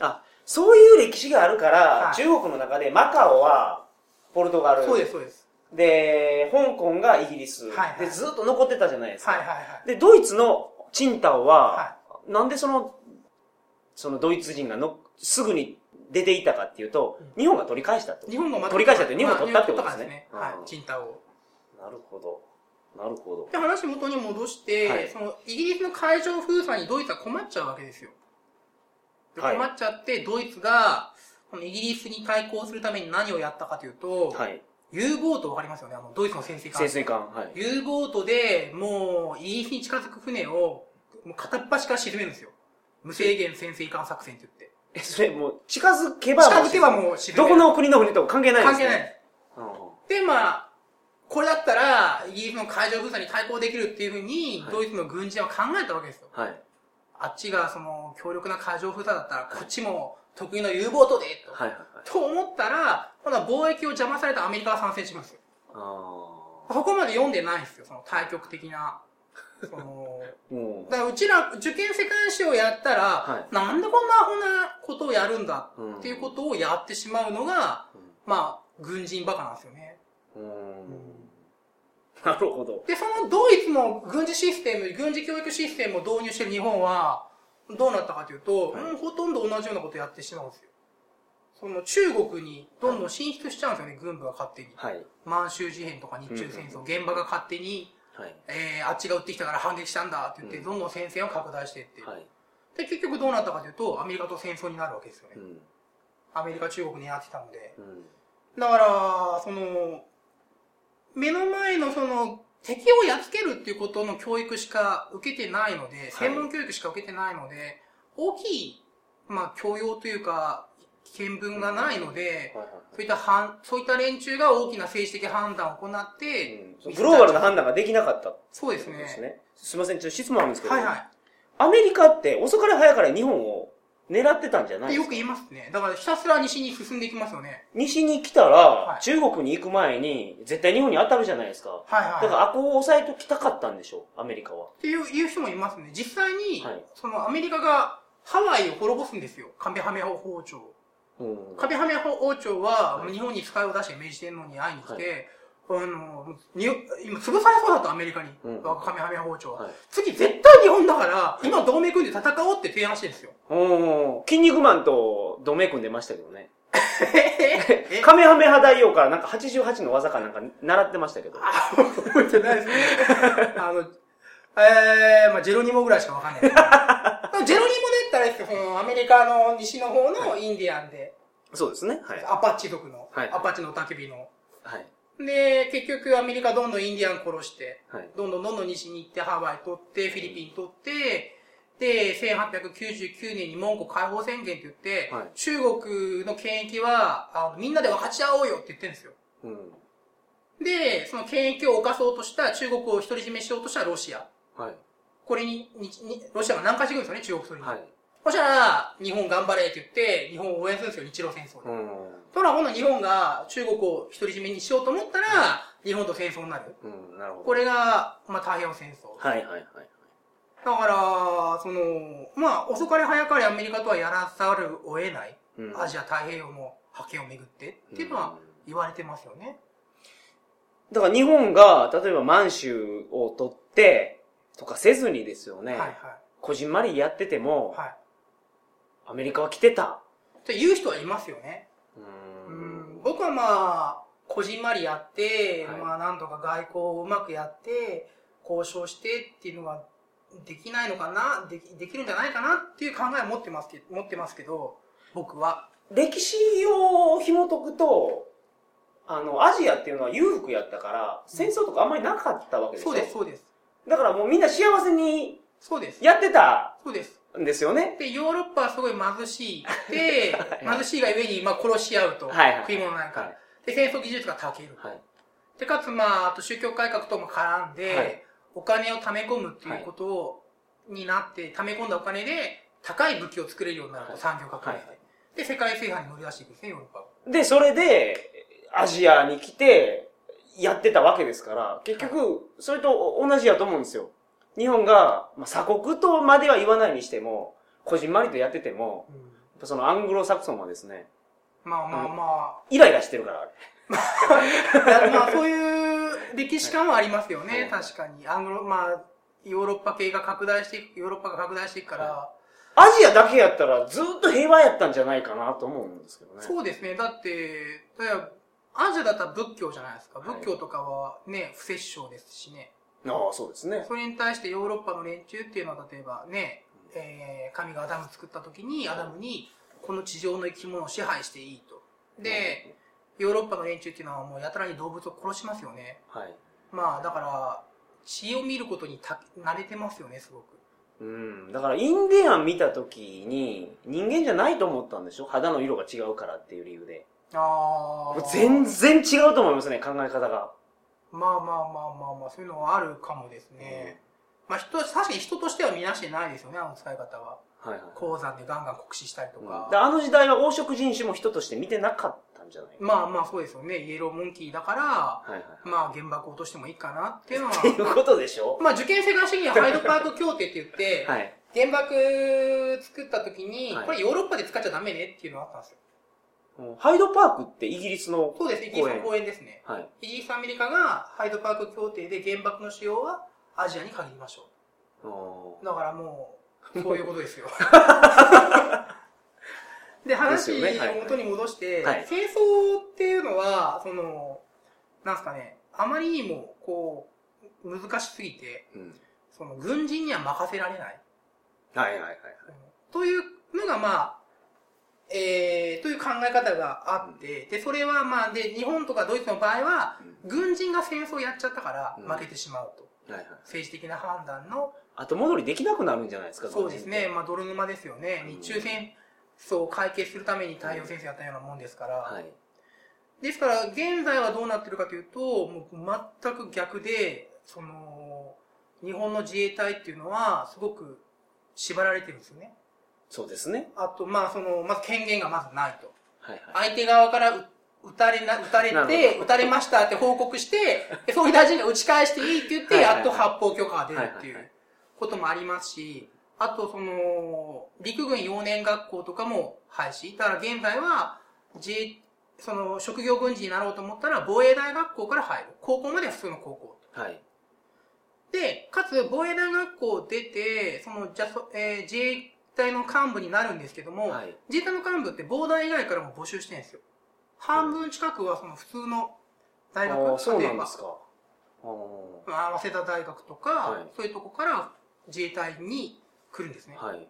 A: あ、そういう歴史があるから、
B: はい
A: 中国の中でマカオはポルトガル。
B: そうです、そうです。
A: で香港がイギリス。
B: はいはい
A: で、ずっと残ってたじゃないですか。
B: はいはいはい。
A: で、ドイツのチンタオは、
B: は
A: なんでその、そのドイツ人がの、すぐに出ていたかっていうと、日本が取り返したってこと
B: 日本がま
A: 取り返したって日本が取ったってことですね
B: まあ日本が取ったからですね
A: うん
B: はい、チンタを。
A: なるほど。なるほど。
B: で、話元に戻して、
A: はい
B: その、イギリスの海上封鎖にドイツは困っちゃうわけですよ。で
A: はい
B: 困っちゃって、ドイツが、このイギリスに対抗するために何をやったかというと、
A: はい。
B: U ボートわかりますよね、あの、ドイツの潜水艦
A: 潜。水艦。はい。
B: U ボートで、もう、イギリスに近づく船を、もう片っ端から沈めるんですよ。無制限潜水艦作戦って言って。
A: え、それもう、近づけば、
B: 近づけばもう沈め
A: ど
B: る。
A: この国の船とか関係ないで
B: 関
A: すね。
B: 係ない。
A: うん
B: で、まあ、これだったら、イギリスの海上封鎖に対抗できるっていうふうに
A: は、い
B: ドイツの軍人は考えたわけですよ。
A: はい。
B: あっちが、その、強力な海上封鎖だったら、こっちも得意の U ボートで、と。
A: はいはいはい。
B: と思ったら、今度は貿易を邪魔されたアメリカが参戦しますよ。
A: ああ
B: そこまで読んでないんですよ、その対極的な。その、
A: ー。も
B: だからうちら、受験世界史をやったら、
A: は
B: なんでこんなアホなことをやるんだ
A: う、うん
B: っていうことをやってしまうのが、まあ、軍人バカなんですよね。
A: うん。なるほど。
B: で、そのドイツの軍事システム、軍事教育システムを導入してる日本は、どうなったかというと、
A: はい
B: うんほとんど同じようなことやってしまうんですよ。その中国にどんどん進出しちゃうんですよね、軍部が勝手に。
A: はい。
B: 満州事変とか日中戦争、現場が勝手に、
A: はい。
B: えー、あっちが撃ってきたから反撃したんだって言って、
A: うん
B: どんどん戦線を拡大していって、
A: はい。
B: で、結局どうなったかというと、アメリカと戦争になるわけですよね
A: う。ん。
B: アメリカ、中国にやってたので。
A: うん。
B: だから、その、目の前のその、敵をやっつけるっていうことの教育しか受けてないので、専門教育しか受けてないので、大きい、まあ、教養というか、見聞がないので、
A: はいはい
B: そういった反、そういった連中が大きな政治的判断を行っ
A: う
B: て、
A: んグローバルな判断ができなかったって
B: そうで
A: こ
B: す
A: と
B: ね。
A: ですね。すみません、ちょっと質問あるんですけど。
B: はいは。
A: アメリカって遅かれ早かれ日本を狙ってたんじゃないいで
B: でよ
A: すか
B: く言いますね。だからひたすら西に進んでいきますよね。
A: 西に来たら、
B: はい
A: 中国に行く前に絶対日本に当たるじゃないですか。
B: はい
A: だ
B: はい。
A: からあこを抑えときたかったんでしょう、アメリカは。
B: っていういう人もいますね。実際に、
A: はい
B: そのアメリカがハワイを滅ぼすんですよ。カメハメハ包丁を。
A: うん
B: カメハメハ王朝は、
A: はい
B: 日本に使いを出して明治天皇に会いに来て、あの、に今潰されそうだったアメリカに、
A: うん
B: カメハメハ王朝は。
A: はい
B: 次絶対日本だから、今同盟組んで戦おうって提案してるんですよ。
A: おー筋肉マンと同盟組んでましたけどね。
B: え
A: カメハメハ大王からなんか88の技かなんか習ってましたけど。
B: あ、覚えてないですね。あの、えー、まあジェロニモぐらいしかわかんないですけど。ジェロニモだったらですよ、そのアメリカの西の方のインディアンで、
A: そうですね。はい。
B: アパッチ族の、
A: はい
B: アパッチの焚き火の。
A: はい。
B: で、結局アメリカどんどんインディアン殺して、
A: はい。
B: どんどんどんどん西に行って、ハワイ取って、フィリピン取って、で、1899年にモンゴ解放宣言って言って、
A: はい
B: 中国の権益はあのみんなで分かち合おうよって言ってるんですよ。
A: うん。
B: で、その権益を犯そうとした、中国を独り占めしようとしたロシア。
A: はい。
B: これに、ににロシアが南下してくるんですよね、中国とに。
A: はい。
B: そしたら、日本頑張れって言って、日本を応援するんですよ、日露戦争で。
A: うん。
B: そら、ほな日本が中国を独り占めにしようと思ったら、日本と戦争になる。
A: うん。なるほど。
B: これが、まあ、太平洋戦争。
A: はいはいはい。
B: だから、その、まあ、遅かれ早かれアメリカとはやらざるを得ない、
A: うん
B: アジア太平洋の覇権をめぐって、っていうのは言われてますよね。
A: だから日本が、例えば満州を取って、とかせずにですよね。
B: はいはい。
A: こじんまりやってても、
B: は
A: アメリカは来てた。
B: い。って言う人はいますよね。
A: う
B: う
A: ー
B: ん。僕はまあ、こじんまりやって、
A: はい
B: まあ、なんとか外交をうまくやって、交渉してっていうのができないのかな、でき、できるんじゃないかなっていう考えを持ってますけど、持ってますけど、僕は。
A: 歴史を紐解くと、あの、アジアっていうのは裕福やったから、戦争とかあんまりなかったわけです
B: そうです、そうです。
A: だからもうみんな幸せに
B: そうです。
A: やってた
B: そうです。
A: んですよね。
B: で、ヨーロッパはすごい貧しい。で、貧しいがゆえに、まあ、殺し合うと。
A: はいはい
B: 食い物なんか。
A: はい
B: で、戦争技術がたける。
A: はい。
B: で、かつ、まあ、あと宗教改革とも絡んで、
A: はい
B: お金を貯め込むっていうことを、になって、貯め込んだお金で、高い武器を作れるようになると、
A: はい
B: 産業革命で、
A: は
B: で、世界制覇に乗り出していくんですね、ヨーロッパは。
A: で、それで、アジアに来て、やってたわけですから、結局、それと同じやと思うんですよ。日本が、まあ、鎖国とまでは言わないにしても、こじんまりとやってても、やっぱそのアングロサクソンはですね、
B: まあまあまあ、
A: イライラしてるから、あれ。
B: いやまあそういう歴史観はありますよね、
A: はい
B: 確かに。アングロ、まあ、ヨーロッパ系が拡大していく、ヨーロッパが拡大していくから、
A: アジアだけやったらずっと平和やったんじゃないかなと思うんですけどね。
B: そうですね、だって、例えば、アジアだったら仏教じゃないですか。
A: はい
B: 仏教とかはね、不殺生ですしね。
A: ああ、そうですね。
B: それに対してヨーロッパの連中っていうのは、例えばね、えー神がアダム作った時に、アダムに、この地上の生き物を支配していいと。で、ヨーロッパの連中っていうのはもうやたらに動物を殺しますよね。
A: はい。
B: まあだから血を見ることにた慣れてますよねすごく
A: うん。だから、インディアン見た時に、人間じゃないと思ったんでしょ肌の色が違うからっていう理由で。
B: あ
A: もう全然違うと思いますね、考え方が。
B: まあまあまあまあまあそういうのはあるかもですね、まあ人確かに人としては見なしてないですよねあの使い方は
A: はいはい。
B: 鉱山でガンガン酷使したりと
A: うん
B: か、
A: であの時代は黄色人種も人として見てなかったんじゃない
B: まあまあそうですよねイエローモンキーだから
A: はいはい。
B: まあ原爆落としてもいいかなっていう のは
A: っていうことでしょ
B: まあ受験生が主義にはハイドパーク協定って言って、
A: はい。
B: 原爆作った時に、
A: はい
B: これヨーロッパで使っちゃダメねっていうのがあったんですよ
A: うんハイドパークってイギリスの
B: そうですイギリスの公園ですね
A: はい。
B: イギリス、アメリカがハイドパーク協定で原爆の使用はアジアに限りましょ
A: あー
B: う。だからもう、そういうことで すよ。で、話を
A: ですよねはいはい
B: 元に戻して、
A: はい
B: 戦争っていうのは、その、なんすかね、あまりにも、こう、難しすぎて、
A: うん
B: その、軍人には任せられない。
A: はいはいはい。
B: というのが、まあ、えー、という考え方があって、で、それはまあ、で、日本とかドイツの場合は、軍人が戦争やっちゃったから
A: うん
B: 負けてしまうと。
A: はいはい。
B: 政治的な判断の、
A: 後戻りできなくなるんじゃないですか
B: そうです。ね
A: 軍人っ、
B: まあ、泥沼ですよね。
A: うん
B: 日中戦争を解決するために太陽戦争やったようなもんですから。
A: てはい。
B: ですから、現在はどうなってるかというと、もう全く逆で、その、日本の自衛隊っていうのは、すごく縛られてるんですよね。
A: そうですね。
B: あと、まあ、その、まず権限がまずないと。
A: はいはい。
B: 相手側からう撃たれな、撃たれ
A: なる
B: て、撃たれましたって報告して、で総理大臣が打ち返していいって言って、
A: はいはいはい
B: やっと発砲許可が出るってい
A: はいはいは
B: うこともありますし、あとその、陸軍幼年学校とかも廃止。だから現在は、自衛その、職業軍人になろうと思ったら、防衛大学校から入る。高校までは普通の高校。
A: はい。
B: で、かつ、防衛大学校を出て、その、じゃそ、えー自衛隊の幹部になるんですけども、
A: はい。
B: 自衛隊の幹部って防弾以外からも募集してるんですよ。半分近くはその普通の大学、
A: ああ、そうなん
B: ば
A: ですか。ああ
B: まあ早稲田大学とか、
A: はい
B: そういうとこから自衛隊に来るんですね。
A: はい。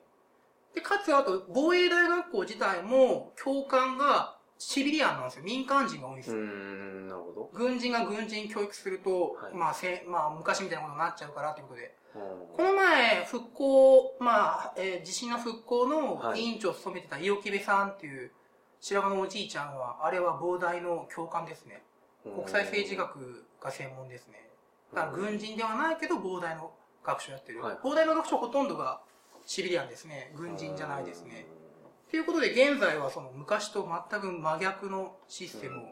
B: で、かつあと、防衛大学校自体も教官がシビリアンなんですよ。民間人が多いんです
A: うー
B: よ。
A: ん、なるほど。
B: 軍人が軍人教育すると、
A: はい
B: まあせ、まあ、昔みたいなことになっちゃうからということで。こ
A: あ
B: の前、復興、まあ、えー地震の復興の
A: はい
B: 委員長を務めてた伊予木部さんっていう白髪のおじいちゃんは、あれは膨大の教官ですね。
A: ー
B: 国際政治学が専門ですね。だから軍人ではないけど、膨大の学習をやってる。
A: はい
B: 膨大の学習ほとんどがシビリアンですね。軍人じゃないですね。。ということで、現在はその昔と全く真逆のシステムを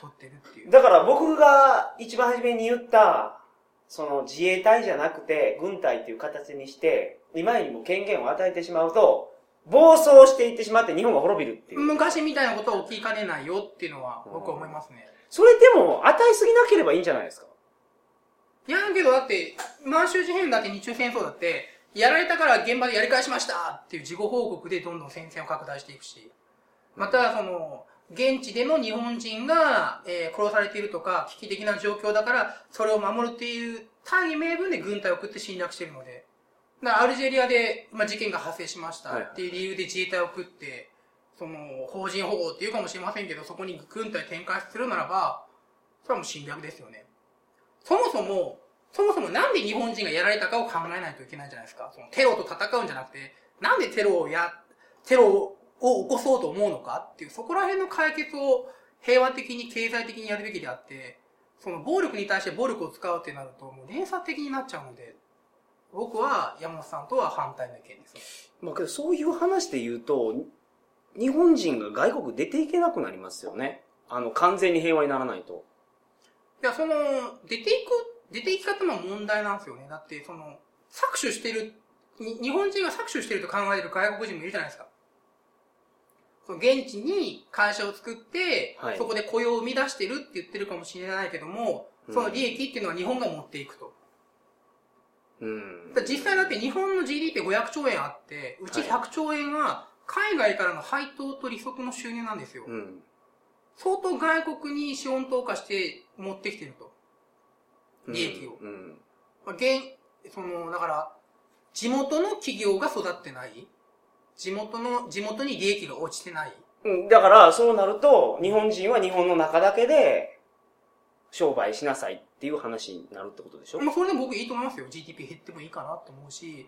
B: 取ってるっていう。
A: だから僕が一番初めに言った、その自衛隊じゃなくて軍隊という形にして、今よりも権限を与えてしまうと、暴走していってしまって日本が滅びるっていう。
B: 昔みたいなことは起きかねないよっていうのは、僕は思いますね。
A: それでも与えすぎなければいいんじゃないですか。
B: いやだけどだって、満州事変だって日中戦争だって、やられたから現場でやり返しましたっていう事後報告でどんどん戦線を拡大していくし、またその、現地での日本人が、えー殺されているとか、危機的な状況だから、それを守るっていう大義名分で軍隊を送って侵略してるので、だからアルジェリアで、まあ、事件が発生しました
A: はい
B: っていう理由で自衛隊を送って、その、法人保護っていうかもしれませんけど、そこに軍隊展開するならば、それはもう侵略ですよね。そもそも、そもそもなんで日本人がやられたかを考えないといけないじゃないですか。そのテロと戦うんじゃなくて、なんでテロをや、テロを起こそうと思うのかっていう、そこら辺の解決を平和的に経済的にやるべきであって、その暴力に対して暴力を使うってなると、もう連鎖的になっちゃうので、僕は山本さんとは反対の意見ですね。
A: まあけどそういう話で言うと、日本人が外国出ていけなくなりますよね。あの、完全に平和にならないと。
B: いや、その、出ていく、出ていき方の問題なんですよね。だって、その、搾取してる、に日本人が搾取してると考えてる外国人もいるじゃないですか。その現地に会社を作って、
A: はい
B: そこで雇用を生み出してるって言ってるかもしれないけども、その利益っていうのは日本が持っていくと。
A: うん。
B: だから実際だって日本の GDP500 兆円あって、うち
A: は
B: 100兆円は海外からの配当と利息の収入なんですよ。
A: うん。
B: 相当外国に資本投下して持ってきてると。利益を
A: うん。
B: まあ、現、その、だから、地元の企業が育ってない地元の、地元に利益が落ちてない
A: うん。だから、そうなると、日本人は日本の中だけで、商売しなさいっていう話になるってことでしょ
B: まあ、それでも僕いいと思いますよ。GDP 減ってもいいかなと思うし、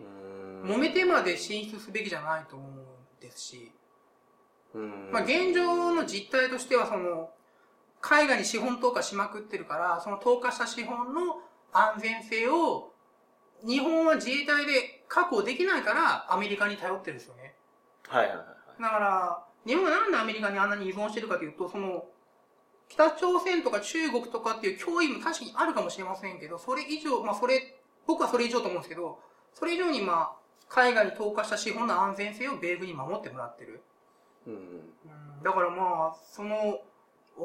B: 揉
A: 揉
B: めてまで進出すべきじゃないと思うんですし、
A: うん。
B: まあ、現状の実態としては、その、海外に資本投下しまくってるから、その投下した資本の安全性を、日本は自衛隊で確保できないから、アメリカに頼ってるんですよね。
A: はいはいはいはい。
B: だから、日本がなんでアメリカにあんなに依存してるかというと、その、北朝鮮とか中国とかっていう脅威も確かにあるかもしれませんけど、それ以上、まあそれ、僕はそれ以上と思うんですけど、それ以上にまあ、海外に投下した資本の安全性を米軍に守ってもらってる。
A: うん。
B: うんだからまあ、その、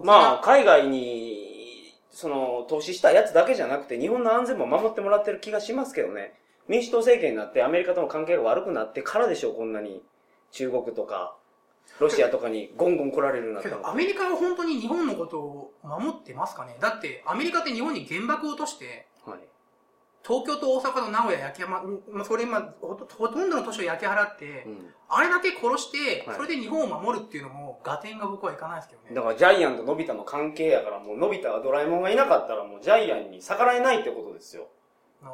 A: まあ、海外に、その、投資したやつだけじゃなくて、日本の安全も守ってもらってる気がしますけどね。民主党政権になって、アメリカとの関係が悪くなってからでしょう、こんなに。中国とか、ロシアとかにゴンゴン来られるようになっ
B: け
A: た
B: ど
A: の。
B: アメリカは本当に日本のことを守ってますかねだって、アメリカって日本に原爆を落として、
A: はい。
B: 東京と大阪と名古屋焼き山、まあ、それ今、ほとほとんどの都市を焼き払って、
A: うん。
B: あれだけ殺して
A: は、い
B: それで日本を守るっていうのも、合点が僕はいかないですけどね。
A: だから、ジャイアンとのび太の関係やから、もう、のび太がドラえもんがいなかったら、もう、ジャイアンに逆らえないってことですよ。
B: あー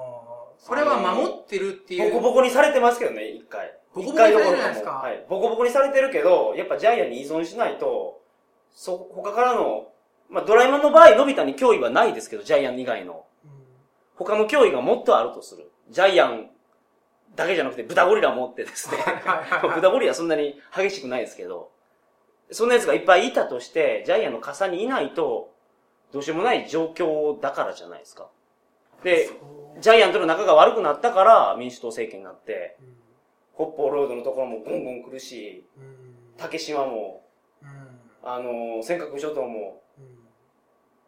B: それは守ってるってい
A: ボコ
B: う。
A: ボコにされてますけどね、一回。
B: ボコボ
A: 一
B: コにさ
A: 回
B: れ
A: ど
B: て
A: ころ
B: るじゃな
A: か
B: いで
A: も
B: す
A: う、
B: か
A: はい。ボコボコにされてるけど、やっぱジャイアンに依存しないと、そ、他からの、まあ、ドラえもんの場合、のび太に脅威はないですけど、ジャイアン以外の。
B: うん
A: 他の脅威がもっとあるとする。ジャイアンだけじゃなくて、豚ゴリラもおってです ね。豚ゴリラそんなに激しくないですけど、そんな奴がいっぱいいたとして、ジャイアンの傘にいないと、どうしようもない状況だからじゃないですか。で、ジャイアンとの仲が悪くなったから、民主党政権になって、北方ロードのところもゴンゴン来るし、
B: うんうん
A: 竹島も、
B: うん
A: あの尖閣諸島も、
B: うん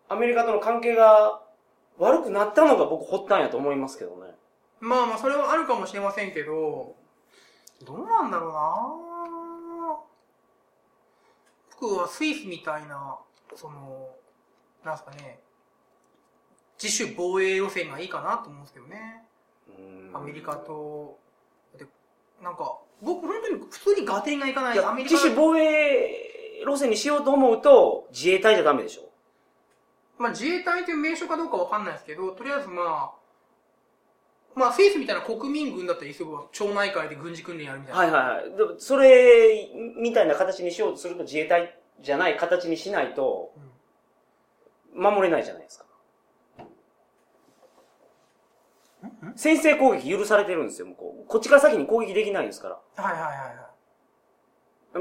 A: アメリカとの関係が悪くなったのが僕発端やと思いますけどね。
B: まあまあ、それはあるかもしれませんけど、どうなんだろうな僕はスイスみたいな、その、なんすかね、自主防衛路線がいいかなと思うんですけどね。アメリカ。と、でなんか、僕本当に普通に合点がいかないい。
A: や
B: ア、メリカ
A: 自主防衛路線にしようと思うと、自衛隊じゃダメでしょ。
B: まあ自衛隊という名称かどうかわかんないですけど、とりあえずまあ、まあスイスみたいな国民軍だったりすれば、町内会で軍事訓練やるみたいな。
A: はいはいはい。でそれ、みたいな形にしようとすると自衛隊じゃない形にしないと、
B: うん
A: 守れないじゃないですか。先制攻撃許されてるんですよ、向こう。こっちから先に攻撃できないんですから。
B: はいはいはい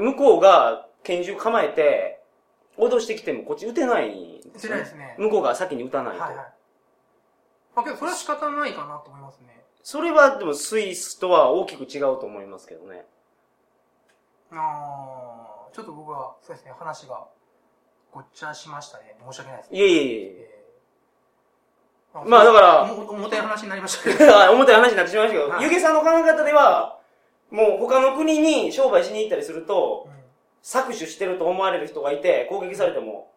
B: はい。
A: 向こうが拳銃構えて、脅してきてもこっち撃てないんです
B: 撃て
A: よ
B: ないですね
A: 向こうが先に撃たないと。
B: はいはい。まあけどそれは仕方ないかなと思いますね。
A: それはでもスイスとは大きく違うと思いますけどね。
B: あーちょっと僕は、そうですね、話がごっちゃしましたね。申し訳ないですね。
A: いえいえい え。
B: えー
A: まあだから
B: も重たい話になりました けど。
A: 重たい話になってしまいましたけど、
B: はい
A: ゆげさんの考え方では、もう他の国に商売しに行ったりすると、
B: うん
A: 搾取してると思われる人がいて、攻撃されても、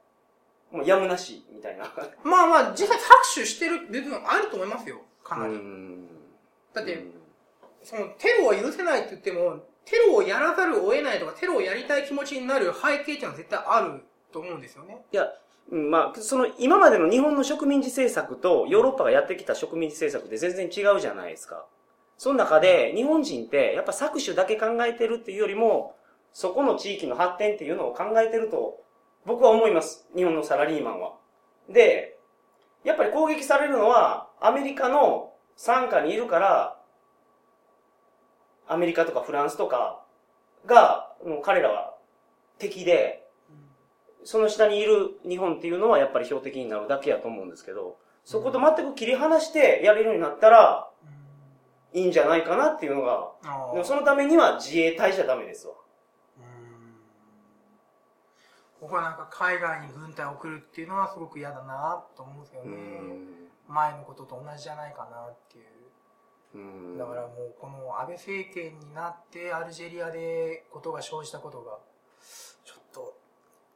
A: もうやむなし、みたいな。
B: まあまあ、実際搾取してる部分あると思いますよ。かなり。
A: ん。
B: だって
A: うん、
B: その、テロを許せないって言っても、テロをやらざるを得ないとか、テロをやりたい気持ちになる背景っていうのは絶対あると思うんですよね。
A: うんまあ、その、今までの日本の植民地政策とヨーロッパがやってきた植民地政策って全然違うじゃないですか。その中で、日本人って、やっぱ搾取だけ考えてるっていうよりも、そこの地域の発展っていうのを考えてると、僕は思います。日本のサラリーマンは。で、やっぱり攻撃されるのは、アメリカの傘下にいるから、アメリカとかフランスとかが、もう彼らは敵で、その下にいる日本っていうのはやっぱり標的になるだけやと思うんですけど、そこと全く切り離してやれるようになったら
B: うん
A: いいんじゃないかなっていうのが、
B: あ
A: でも
B: ー
A: そのためには自衛隊じゃダメですわ。
B: うん僕はなんか海外に軍隊を送るっていうのはすごく嫌だなと思うんですよね。前のことと同じじゃないかなっていう。だからもうこの安倍政権になってアルジェリアでことが生じたことがちょっと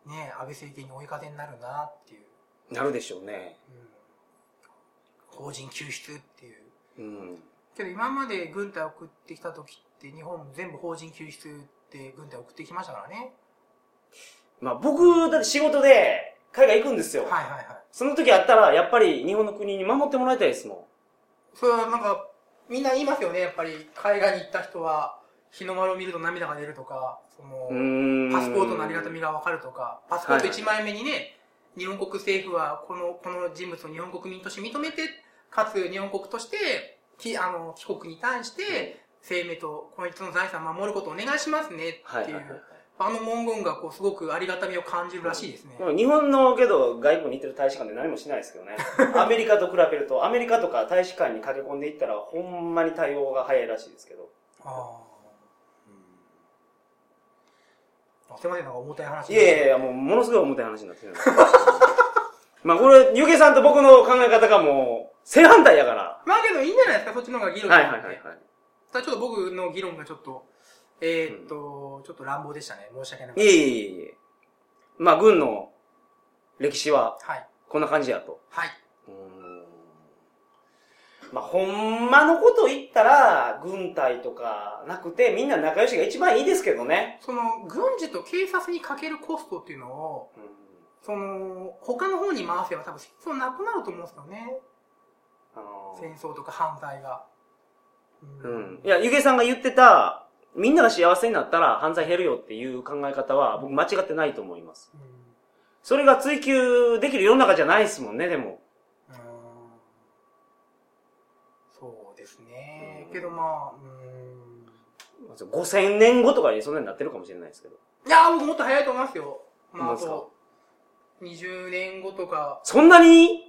B: ね安倍政権に追い風になるなっていう、
A: なるでしょうね。
B: うん、法人救出っていう
A: うん。
B: けど今まで軍隊送ってきた時って日本全部法人救出って軍隊送ってきましたからね
A: まあ僕、だって仕事で海外行くんですよ。
B: はいはいはい
A: その時あったら、やっぱり日本の国に守ってもらいたいですも
B: それはなんかみんな言いますよねやっぱり海外に行った人は日の丸を見ると涙が出るとかその、
A: ん。
B: パスポートのありがたみ
A: が。
B: がわかるとか、パスポート
A: はい
B: 1枚目にね、日本国政府はこの、この人物を日本国民として認めて、かつ日本国として、きあの、帰国に対して、生命とこいつの財産を守ることをお願いしますね
A: はいは
B: って
A: い
B: い
A: はいは
B: う、あの文言がこう、すごくありがたみを感じるらしいですね。
A: い。日本のけど外部に行ってる大使館で何もしないですけ どね。アメリカと比べると、アメリカとか大使館に駆け込んでいったら、ほんまに対応が早いらしいですけど。
B: ああ。うん。すいません、なんか重たい話
A: いやいやいや、もうものすごい重たい話になってる。 まあこれ、ゆげさんと僕の考え方がもう、正反対やから。
B: まあけどいいんじゃないですか、そっちの方が議論に
A: は
B: ないっ
A: はい
B: て
A: はいはい。
B: ただちょっと僕の議論がちょっと、えーっと、ちょっと乱暴でしたね。申し訳ない
A: いえいえいえ。まあ軍の歴史は
B: はい。
A: こんな感じやと。
B: はい。
A: うーんまあ、ほんまのこと言ったら、軍隊とかなくて、みんな仲良しが一番いいですけどね。
B: その、軍事と警察にかけるコストっていうのを、
A: うん
B: その、他の方に回せば多分必要なくなると思うんですよね。
A: あのー
B: 戦争とか犯罪が。う
A: うん。いや、ゆげさんが言ってた、みんなが幸せになったら犯罪減るよっていう考え方は、僕間違ってないと思います。
B: うん
A: それが追求できる世の中じゃないですもんね、でも。
B: うんそうですね
A: う。ん
B: けどまあ、うん。
A: 5000年後とかにそんなになってるかもしれないですけど。
B: いやー、僕もっと早いと思いますよ。まあ、
A: どう
B: あ
A: ですか
B: と、20年後とか。
A: そんなに
B: い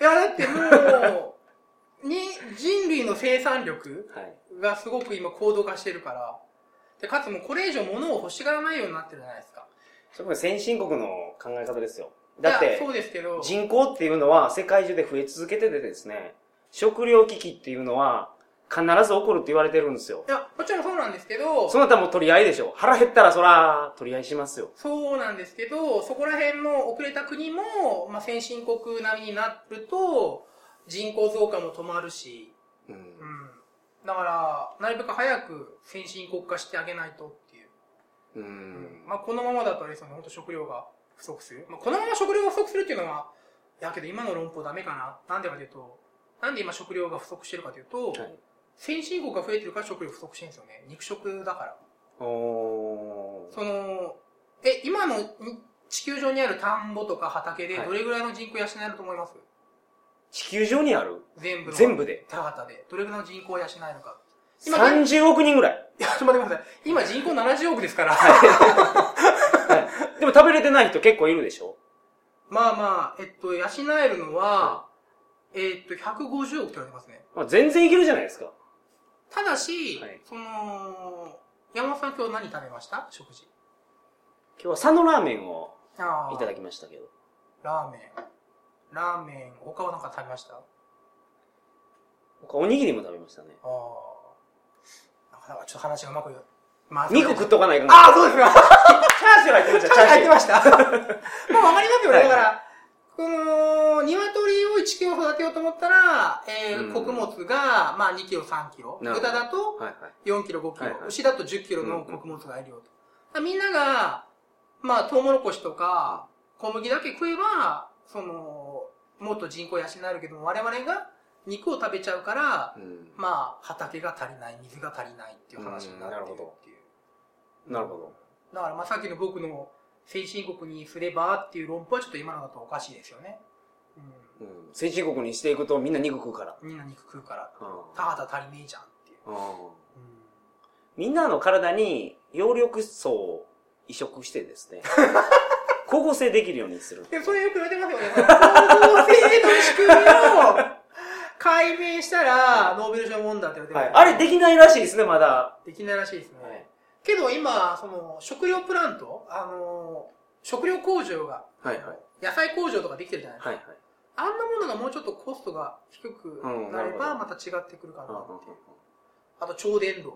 B: や、だっても う、に、人類の生産力
A: はい。
B: がすごく今高度化してるから。で、かつもうこれ以上物を欲しがらないようになってるじゃないですか。
A: それこそ先進国の考え方ですよ。だっ
B: いや
A: て
B: そ、うですけど、
A: 人口っていうのは世界中で増え続けててですね、食糧危機っていうのは必ず起こるって言われてるんですよ
B: い。や、もちろんそうなんですけど、
A: そなたも取り合いでしょ。腹減ったらそら、取り合いしますよ。
B: そうなんですけど、そこら辺の遅れた国も、まあ、先進国並みになると、人口増加も止まるし、
A: うん
B: うん。だから、なるべく早く先進国化してあげないとっていう。
A: う
B: うん
A: ん。
B: まあ、このままだとあれですよね、本当食料が不足する。まあ、このまま食料が不足するっていうのは、いやけど今の論法ダメかな。なんでかというと、なんで今食料が不足してるかというと、
A: はい
B: 先進国が増えてるから食料不足してるんですよね。肉食だから。
A: おー
B: その、え、今のに地球上にある田んぼとか畑で
A: はい
B: どれぐらいの人口養えると思います、
A: 地球上にある
B: 全部の。
A: 全部で。
B: 田畑で。どれぐらいの人口を養えるのか。今ね、
A: 30億人ぐらい。
B: いや、 ちょっと待ってください。今人口70億ですから。
A: でも食べれてない人結構いるでしょ
B: まあまあ、えっと、養えるのは、えっと、150億って言われてますね。
A: まあ全然いけるじゃないですか。
B: ただし、
A: はい
B: その、山本さん今日何食べました食事。
A: 今日は佐野ラーメンを
B: あー
A: いただきましたけど。
B: ラーメン。ラーメン、他は何か食べましたあ
A: 僕おにぎりも食べましたね。
B: あー。なかなかちょっと話がうまく、まあ
A: 肉食っとかないかな。
B: ああ、そうですか。
A: チャーシュー入ってるじゃん、チャーシ
B: 入っ
A: ュ
B: て
A: ー。
B: ました。も うわかりますよね。
A: はい
B: だから、この、鶏を1キロ育てようと思ったら、えー
A: うん
B: 穀物が、まあ2キロ、3キロ。
A: なるほど
B: 豚だと
A: はいはい。
B: 4キロ、5キロ。
A: はいはい
B: 牛だと10キロの穀物がいるよと。だからみんなが、まあ、トウモロコシとか、小麦だけ食えば、その、もっと人口養えるけども、我々が肉を食べちゃうから、
C: うん
B: まあ、畑が足りない、水が足りないっていう話になってるっていう。
C: なるほど。
B: だから、まあ、さっきの僕の先進国にすればっていう論法はちょっと今のだとおかしいですよね。
C: う
B: う
C: ん先進国にしていくとみんな肉食うから。
B: ん。みんな肉食うから、
C: うん
B: 田畑足りねえじゃんっていう。
C: うん
B: うん
A: みんなの体に葉緑素を移植してです ね、光合成できるようにする。
B: でもそれよく言われてますよね。光合成の仕組みを解明したら、ノーベル賞もんだって言われてます、
A: あれできないらしいですね、まだ。
B: できないらしいですね。けど今、その、食料プラント、あのー食料工場が、
C: はいはい。
B: 野菜工場とかできてるじゃないですか。
C: はいはい。
B: あんなものがもうちょっとコストが低く
C: うん
B: なれ
C: なる
B: ば、
C: ほど
B: また違ってくるかな
C: うん
B: っていう。あと、超電導。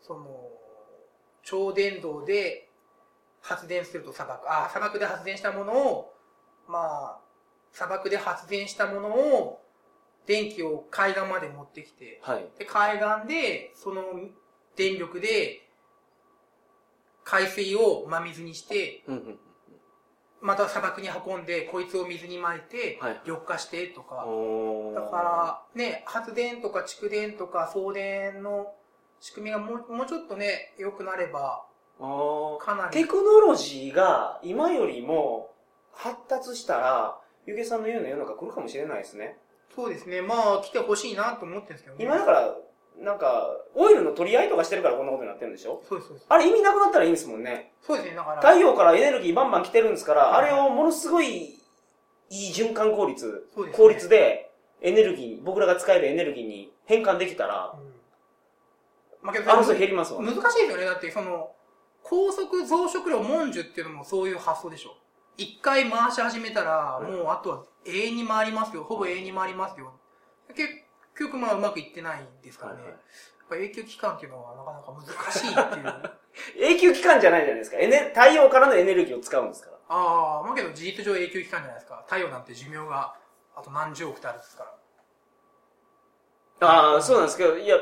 B: その、超電導で発電すると砂漠。あ、砂漠で発電したものを、まあ、砂漠で発電したものを、電気を海岸まで持ってきて、
C: はい。
B: で、海岸で、その電力で、海水を真水にして、
C: うんうん
B: また砂漠に運んで、こいつを水に巻いて
C: はい、
B: 緑化してとか、
C: おー
B: だから、ね、発電とか蓄電とか送電の仕組みがもうもうちょっとね、良くなれば、
C: あー
B: かな
A: テ
B: り。
A: クノロジーが今よりも発達したら、ゆげさんの言うような世の中来るかもしれないですね。
B: そうですね。まあ、来てほしいなと思ってるんですけどね。
A: 今だから、なんか、オイルの取り合いとかしてるからこんなことになってるんでしょ
B: そうです、そうです。
A: あれ意味なくなったらいいんですもんね。
B: そうですね、だから。
A: 太陽からエネルギーバンバン来てるんですから、あ
B: はい
A: れをものすごいいい循環効率
B: そう、ですね
A: 効率でエネルギーに、僕らが使えるエネルギーに変換できたら
B: う、んまあけど
A: あの人減りますわ。
B: 難しいですよね。だって、その、高速増殖量文殊っていうのもそういう発想でしょ。一回回し始めたら、
C: うん
B: もうあとは永遠に回りますよ。ほぼ永遠に回りますよ。結局、まあ、うまくいってないんですからね。
C: はいはい
B: やっぱ永久期間っていうのはなかなか難しいっていう。
A: 永久期間じゃないじゃないですか。エネ太陽からのエネルギーを使うんですから。
B: ああ、まあけど事実上永久期間じゃないですか。太陽なんて寿命があと何十億ってあるんですから。
A: ああ、そうなんですけど、いや、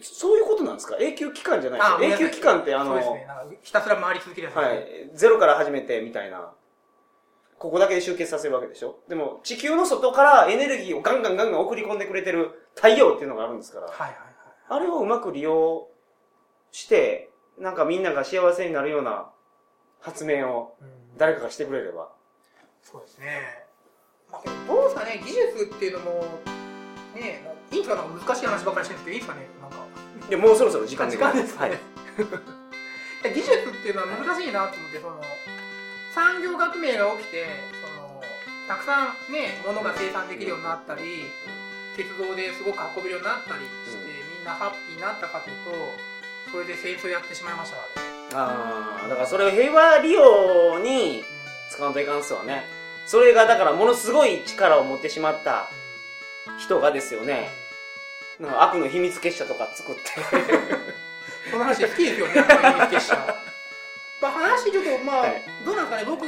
A: そういうことなんですか永久期間じゃない
B: ああ
A: 永久期間ってあの、
B: そうですね。なんかひたすら回り続けるやつですね
A: はい、ゼロから始めてみたいな。ここだけで集結させるわけでしょでも、地球の外からエネルギーをガンガンガンガン送り込んでくれてる太陽っていうのがあるんですから。
B: はいはいはい。
A: あれをうまく利用して、なんかみんなが幸せになるような発明を
B: うん
A: 誰かがしてくれれば。
B: そうですね。まあ、どうですかね、技術っていうのも、ね、いいんですか、なんか難しい話ばっかりしてるんですけど、いいんですかね、なんか。
A: いや、もうそろそろ時間
B: 時間です
A: は
B: か
A: い
B: ね。。技術っていうのは難しいなと思って、その、産業革命が起きて、その、たくさんね、物が生産できるようになったり、鉄道ですごく運べるようになったりして、みんなハッピーになったかというと、それで戦争やってしまいましたからね。
A: ああ、だからそれを平和利用に使わんといかんっすわね。それがだからものすごい力を持ってしまった人がですよね。なんか悪の秘密結社とか作 って。
B: その話好きですよね、やっぱり見つけしちゃ うまあ話ちょっと、まあ、
A: はい
B: どうなんですかね、僕、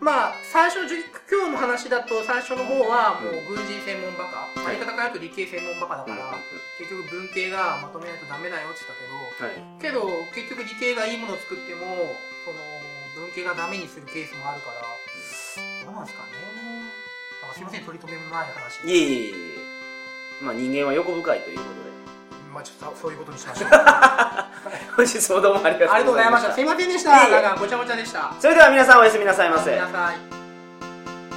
B: まあ、最初のじゅ、今日の話だと、最初の方は、もう軍人専門バカ。
C: はい
B: 相方から言うと理系専門バカだから、結局文系がまとめないとダメだよって
C: はい。
B: 言ったけど、けど、結局理系がいいものを作っても、その、文系がダメにするケースもあるから、どうなんですかね。なんかすいません、取り留めもない話。
A: いえいえいえ。まあ人間は横深いということで。
B: まあ、ちょっとそういうことにしま しょう。あ
A: 本日もどうもあり
B: りが
A: が
B: と
A: と
B: う
A: うご
B: ござ
A: ざ
B: い
A: い
B: ま
A: まし
B: し。
A: たた
B: す。いませんでした。
A: いえいえ
B: なんかごちゃごちゃでした。
A: それでは皆さんおやすみなさいま
B: ごめん
A: せ
B: な。さい。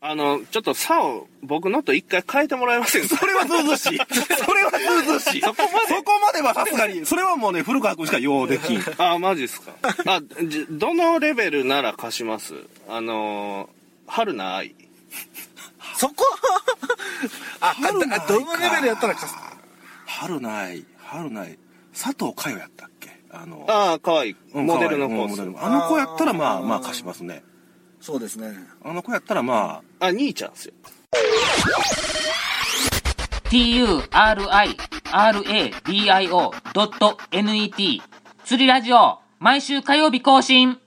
D: あの、ちょっと差を僕のと一回変えてもらえませんか
E: それはずうずうしい。それはずうずうしい。そこまではさすがに、それはもうね、古川君しか用できん。
D: あ、マジっすか。あ、じどのレベルなら貸しますあのー、春菜愛。
E: そこあ、
F: 春ないか
E: どのレベルやったらかす
F: 春ない、春ない、佐藤佳代やったっけあの、
D: ああ、可愛い
F: うん
D: モデルの子
F: 可
D: っ
F: 愛いうん
D: す
F: モデルあの子やったらまあ、まあ貸しますね。そうですね。あの子やったらま
D: あ、兄ちゃんっすよ。
G: turiradio.net 釣りラジオ毎週火曜日更新